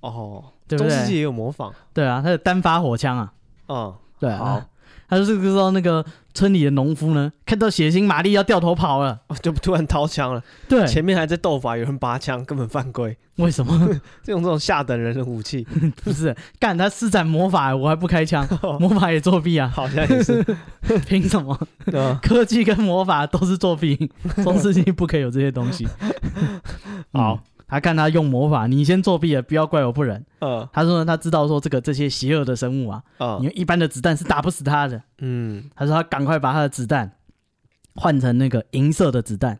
Speaker 1: 哦，
Speaker 2: 对不对
Speaker 1: 中世纪也有模仿。
Speaker 2: 对啊，他有单发火枪啊，
Speaker 1: 嗯，
Speaker 2: 对啊。
Speaker 1: 好
Speaker 2: 他说这个时候，那个村里的农夫呢，看到血腥玛丽要掉头跑了，
Speaker 1: 哦就突然掏枪了，
Speaker 2: 对，
Speaker 1: 前面还在斗法，有人拔枪，根本犯规，
Speaker 2: 为什么？
Speaker 1: 这种这种下等人的武器，
Speaker 2: 不是干他施展魔法，我还不开 枪，魔法也作弊啊，
Speaker 1: 好像也 是。
Speaker 2: 凭什么？
Speaker 1: 嗯
Speaker 2: 科技跟魔法都是作 弊，中世纪不可以有这些东西。
Speaker 1: 好
Speaker 2: 嗯，他看他用魔法，你先作弊了，不要怪我不仁。
Speaker 1: 嗯
Speaker 2: 他说呢，他知道说这个这些邪恶的生物啊，因
Speaker 1: 嗯
Speaker 2: 为一般的子弹是打不死他的。
Speaker 1: 嗯，
Speaker 2: 他说他赶快把他的子弹换成那个银色的子弹。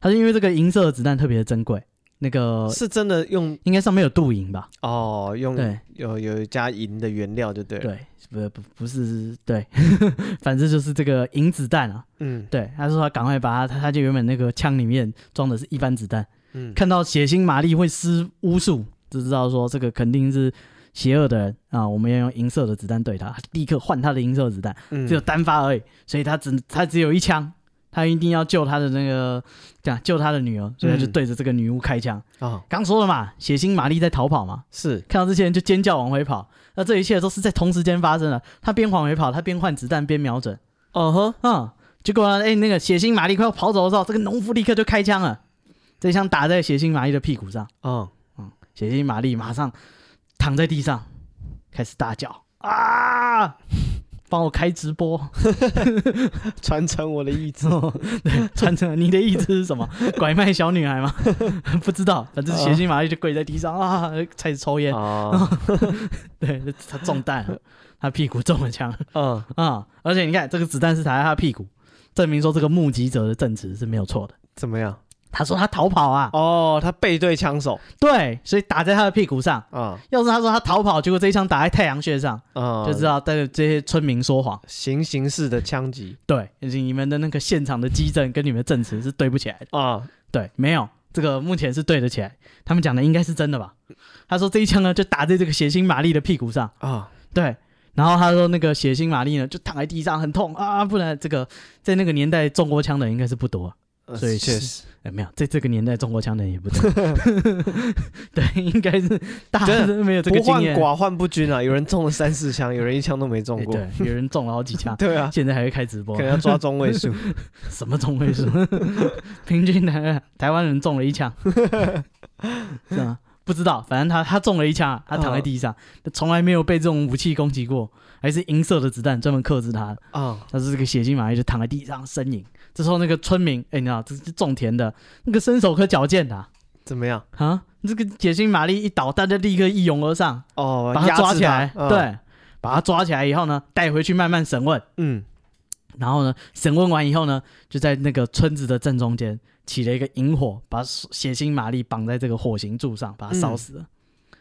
Speaker 2: 他说因为这个银色的子弹特别的珍贵，那个
Speaker 1: 是真的用
Speaker 2: 应该上面有镀银吧？
Speaker 1: 哦，用
Speaker 2: 对
Speaker 1: 有有加银的原料就对了。
Speaker 2: 对，不不不是对， 反正就是这个银子弹啊。
Speaker 1: 嗯
Speaker 2: 对，他说他赶快把他他他就原本那个枪里面装的是一般子弹。
Speaker 1: 嗯，
Speaker 2: 看到血腥玛丽会施巫术，就知道说这个肯定是邪恶的人啊！我们要用银色的子弹对他，立刻换他的银色子弹，
Speaker 1: 嗯
Speaker 2: 只有单发而已，所以他只他只有一枪，他一定要救他的那个这样救他的女儿，所以他就对着这个女巫开枪。
Speaker 1: 啊
Speaker 2: 刚说了嘛，血腥玛丽在逃跑嘛，
Speaker 1: 是
Speaker 2: 看到这些人就尖叫往回跑，那这一切都是在同时间发生的。他边往回跑，他边换子弹边瞄准，
Speaker 1: 嗯哼
Speaker 2: 嗯，结果呢，哎、那个血腥玛丽快要跑走的时候，这个农夫立刻就开枪了，这枪打在血腥玛丽的屁股上，
Speaker 1: 嗯
Speaker 2: 血腥玛丽马上躺在地上，开始大叫啊！帮我开直播，
Speaker 1: 传承我的意志。
Speaker 2: 对，传承你的意志是 什么？拐卖小女孩吗？ 不知道，反正写信马上就跪在地上啊，开始抽烟。
Speaker 1: 啊，
Speaker 2: 对，他中弹了，他屁股中了枪
Speaker 1: 嗯，
Speaker 2: 啊、而且你看，这个子弹是打在他屁股，证明说这个目击者的证词是没有错的。
Speaker 1: 怎么样？
Speaker 2: 他说他逃跑啊，
Speaker 1: 哦，他背对枪手
Speaker 2: 对，所以打在他的屁股上。
Speaker 1: 啊
Speaker 2: 要是他说他逃跑，结果这一枪打在太阳穴上，
Speaker 1: 啊，
Speaker 2: 就知道带着这些村民说谎。
Speaker 1: 行刑式的枪击
Speaker 2: 对，就是你们的那个现场的基证跟你们的证词是对不起来的。
Speaker 1: 啊，
Speaker 2: 对，没有，这个目前是对得起来。他们讲的应该是真的吧？他说这一枪呢就打在这个血腥玛丽的屁股上，
Speaker 1: 啊
Speaker 2: 对。然后他说那个血腥玛丽呢就躺在地上很痛啊，不然这个在那个年代中过枪的人应该是不多、啊。
Speaker 1: 呃
Speaker 2: 所以
Speaker 1: 确
Speaker 2: 是
Speaker 1: 实，
Speaker 2: 哎，没有，在这个年代中过枪的人也 不多。对，应该是大家都没有这个
Speaker 1: 不
Speaker 2: 经
Speaker 1: 患
Speaker 2: 验。
Speaker 1: 寡患不均啊，有人中了三四枪， 有人一枪都没中
Speaker 2: 哎
Speaker 1: 过，，
Speaker 2: 对，有人中了好几枪
Speaker 1: 对啊，
Speaker 2: 现在还会开直播
Speaker 1: 可，能要抓中位 数
Speaker 2: 什么中位数？平均台台湾人中了一枪，是吗？不知道，反正他他中了一枪，啊他躺在地上，他从来没有被这种武器攻击过，还是银色的子弹专门克制他。
Speaker 1: 啊
Speaker 2: 他是这个血腥玛丽就躺在地上呻吟。这时候那个村民，哎、你知道这是种田的，那个伸手可矫健的啊
Speaker 1: 怎么样？
Speaker 2: 啊这个血腥玛丽一倒，大家立刻一拥而上，
Speaker 1: 哦，
Speaker 2: 把他
Speaker 1: 压
Speaker 2: 抓
Speaker 1: 制
Speaker 2: 起来，
Speaker 1: 嗯，
Speaker 2: 对，把他抓起来以后呢，带回去慢慢审问。
Speaker 1: 嗯，
Speaker 2: 然后呢，审问完以后呢，就在那个村子的正中间起了一个引火，把血腥玛丽绑在这个火刑柱上，把她烧死了。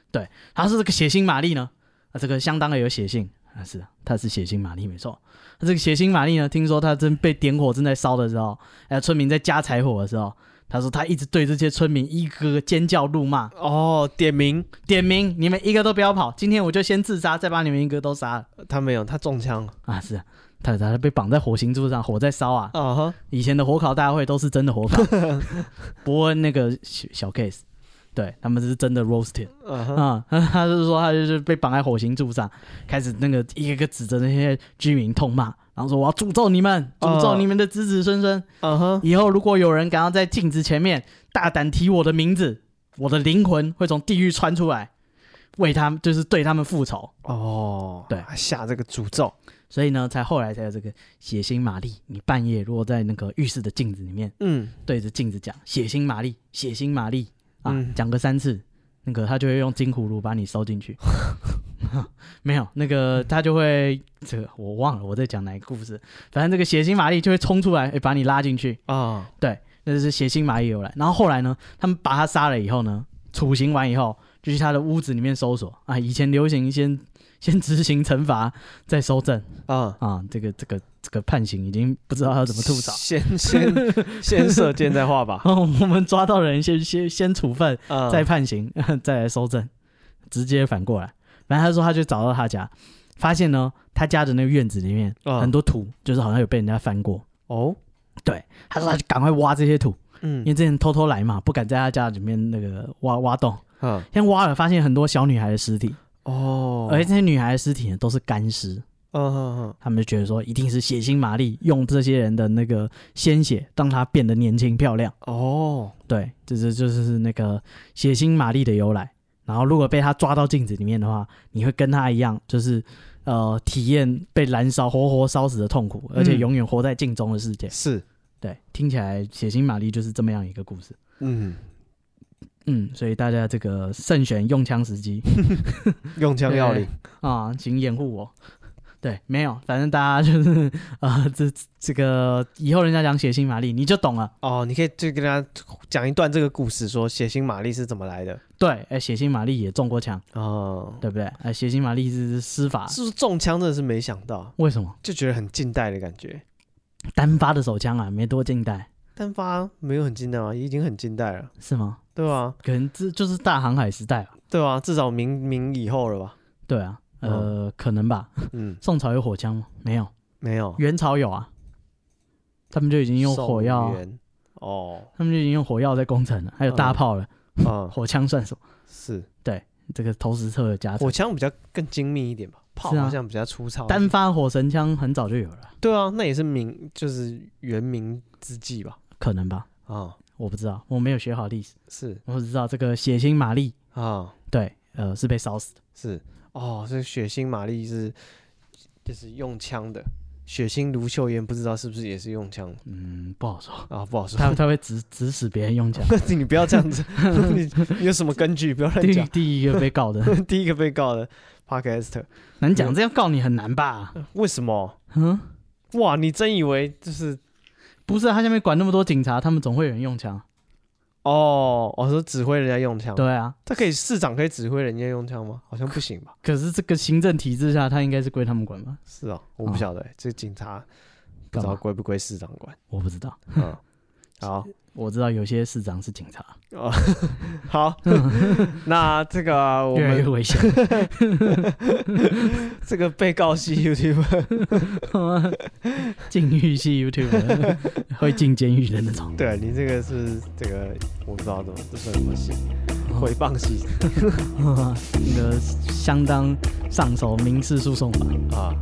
Speaker 2: 对，她是这个血腥玛丽呢，啊，这个相当的有血性啊，是她是血腥玛丽没错。那这个血腥玛丽呢，听说她正被点火正在烧的时候，哎、村民在加柴火的时候，她说她一直对这些村民一个个尖叫怒骂，
Speaker 1: 哦，点名
Speaker 2: 点名你们一个都不要跑，今天我就先自杀，再把你们一个都杀了
Speaker 1: 他没有，他中枪了
Speaker 2: 啊，是。她她被绑在火刑柱上，火在烧啊！
Speaker 1: 啊哈，
Speaker 2: 以前的火烤大会都是真的火烤，伯恩那个小小 case，对他们是真的 roasted
Speaker 1: 啊哈，
Speaker 2: 啊、 他他就是说他就是被绑在火刑柱上，开始那个一个个指着那些居民痛骂，然后说我要诅咒你们，诅咒
Speaker 1: 嗯
Speaker 2: 你们的子子孙孙，
Speaker 1: 啊哈，
Speaker 2: 以后如果有人敢要在镜子前面大胆提我的名字，我的灵魂会从地狱窜出来，为他们就是对他们复仇。
Speaker 1: 哦，
Speaker 2: 对，
Speaker 1: 下这个诅咒，
Speaker 2: 所以呢，才后来才有这个血腥玛丽。你半夜如果在那个浴室的镜子里面
Speaker 1: 嗯，
Speaker 2: 对着镜子讲“血腥玛丽，血腥玛丽”啊，
Speaker 1: 嗯
Speaker 2: 讲个三次，那个他就会用金葫芦把你收进去。 没有，那个他就会这个我忘了我在讲哪个故事，反正这个血腥玛丽就会冲出来，诶把你拉进去，
Speaker 1: 啊，
Speaker 2: 那就是血腥玛丽由来。然后后来呢，他们把他杀了以后呢，处刑完以后就去他的屋子里面搜索啊。以前流行先先执行惩罚，再搜证
Speaker 1: 啊，
Speaker 2: 啊，这个这个这个判刑已经不知道要怎么吐槽。
Speaker 1: 先先先射箭再画吧，
Speaker 2: 然后我们抓到人先先先处分，
Speaker 1: 啊，
Speaker 2: 再判刑， 再来收证，直接反过来。反正他说他就找到他家，发现呢他家的那个院子里面、
Speaker 1: 嗯
Speaker 2: 很多土，就是好像有被人家翻过。
Speaker 1: 哦，
Speaker 2: 对，他说他就赶快挖这些土，因
Speaker 1: 嗯，
Speaker 2: 为之前偷偷来嘛，不敢在他家里面那个挖挖洞。
Speaker 1: 啊，
Speaker 2: 先挖了，发现很多小女孩的尸体，
Speaker 1: 哦，
Speaker 2: 而且这些女孩的尸体呢都是干尸，
Speaker 1: 嗯嗯
Speaker 2: 他们就觉得说一定是血腥玛丽用这些人的那个鲜血让她变得年轻漂亮。
Speaker 1: 嗯，哦，
Speaker 2: 对，这是就是那个血腥玛丽的由来。然后如果被他抓到镜子里面的话，你会跟他一样，就是呃体验被燃烧、活活烧死的痛苦，而且
Speaker 1: 嗯
Speaker 2: 永远活在镜中的世界。
Speaker 1: 是，
Speaker 2: 对，听起来血腥玛丽就是这么样一个故事。
Speaker 1: 嗯，
Speaker 2: 嗯，所以大家这个慎选用枪时机
Speaker 1: 用枪要领，
Speaker 2: 啊，请掩护我。对，没有，反正大家就是啊、呃，这这个以后人家讲血腥玛丽，你就懂了。
Speaker 1: 哦，你可以就跟大家讲一段这个故事，说血腥玛丽是怎么来的，
Speaker 2: 对，哎，血腥玛丽也中过枪，
Speaker 1: 哦，
Speaker 2: 对不对？哎，血腥玛丽是是施法，
Speaker 1: 是不是中枪真的是没想到，
Speaker 2: 为什么？
Speaker 1: 就觉得很近代的感觉。
Speaker 2: 单发的手枪啊，没多近代
Speaker 1: 单发没有很近代啊，已经很近代了，
Speaker 2: 是吗？
Speaker 1: 对啊吧？
Speaker 2: 可能这就是大航海时代吧。啊
Speaker 1: 对吧？至少明明以后了吧？
Speaker 2: 对啊，
Speaker 1: 哦
Speaker 2: 呃，可能吧。
Speaker 1: 嗯，
Speaker 2: 宋朝有火枪吗？没有，
Speaker 1: 没有，
Speaker 2: 元朝有啊。他们就已经用火药
Speaker 1: 宋，元哦，
Speaker 2: 他们就已经用火药在攻城了，还有大炮了，
Speaker 1: 啊、
Speaker 2: 火枪算什么？
Speaker 1: 是
Speaker 2: 这个投石车的加成
Speaker 1: 火。枪比较更精密一点吧，炮
Speaker 2: 是啊
Speaker 1: 好像比较粗糙。
Speaker 2: 单发火神枪很早就有了，
Speaker 1: 对啊，那也是明就是元明之际吧？
Speaker 2: 可能吧？
Speaker 1: 啊、
Speaker 2: 我不知道，我没有学好历史，
Speaker 1: 是
Speaker 2: 我只知道这个血腥玛丽，
Speaker 1: 啊、
Speaker 2: 对，呃，是被烧死的。
Speaker 1: 是哦，这血腥玛丽是就是用枪的。血腥卢秀妍不知道是不是也是用枪
Speaker 2: 嗯，不好 说，
Speaker 1: 啊？不好说，
Speaker 2: 他他会指指使别人用枪。
Speaker 1: 你不要这样 子，你你有什么根据？不要
Speaker 2: 第
Speaker 1: 乱
Speaker 2: 一
Speaker 1: 讲。
Speaker 2: 第一个被告的
Speaker 1: 第一个被告的 Podcast，
Speaker 2: 难讲，这样告你很难吧？
Speaker 1: 为什么？
Speaker 2: 嗯，
Speaker 1: 哇，你真以为就是
Speaker 2: 不是啊，他下面管那么多警察，他们总会有人用枪。
Speaker 1: 哦？我说指挥人家用枪，
Speaker 2: 对啊，
Speaker 1: 他可以市长可以指挥人家用枪吗？好像不行吧？
Speaker 2: 可是这个行政体制下，他应该 是归他们管吧？
Speaker 1: 是哦，我不
Speaker 2: 哦
Speaker 1: 晓得、这警察不
Speaker 2: 干
Speaker 1: 知道
Speaker 2: 嘛？
Speaker 1: 归不归市长 管。
Speaker 2: 我不知道，
Speaker 1: 嗯，好，
Speaker 2: 我知道有些市长是警察，
Speaker 1: 哦，好， 那这个我
Speaker 2: 越来 越
Speaker 1: 们
Speaker 2: 危险。
Speaker 1: 这个被告 系 YouTube，
Speaker 2: 禁欲系 YouTube 会进监狱的那 种。
Speaker 1: 对你这个是这个我不知道怎么这算什么戏，回谤戏
Speaker 2: 那个相当上手民事诉讼法。
Speaker 1: 啊。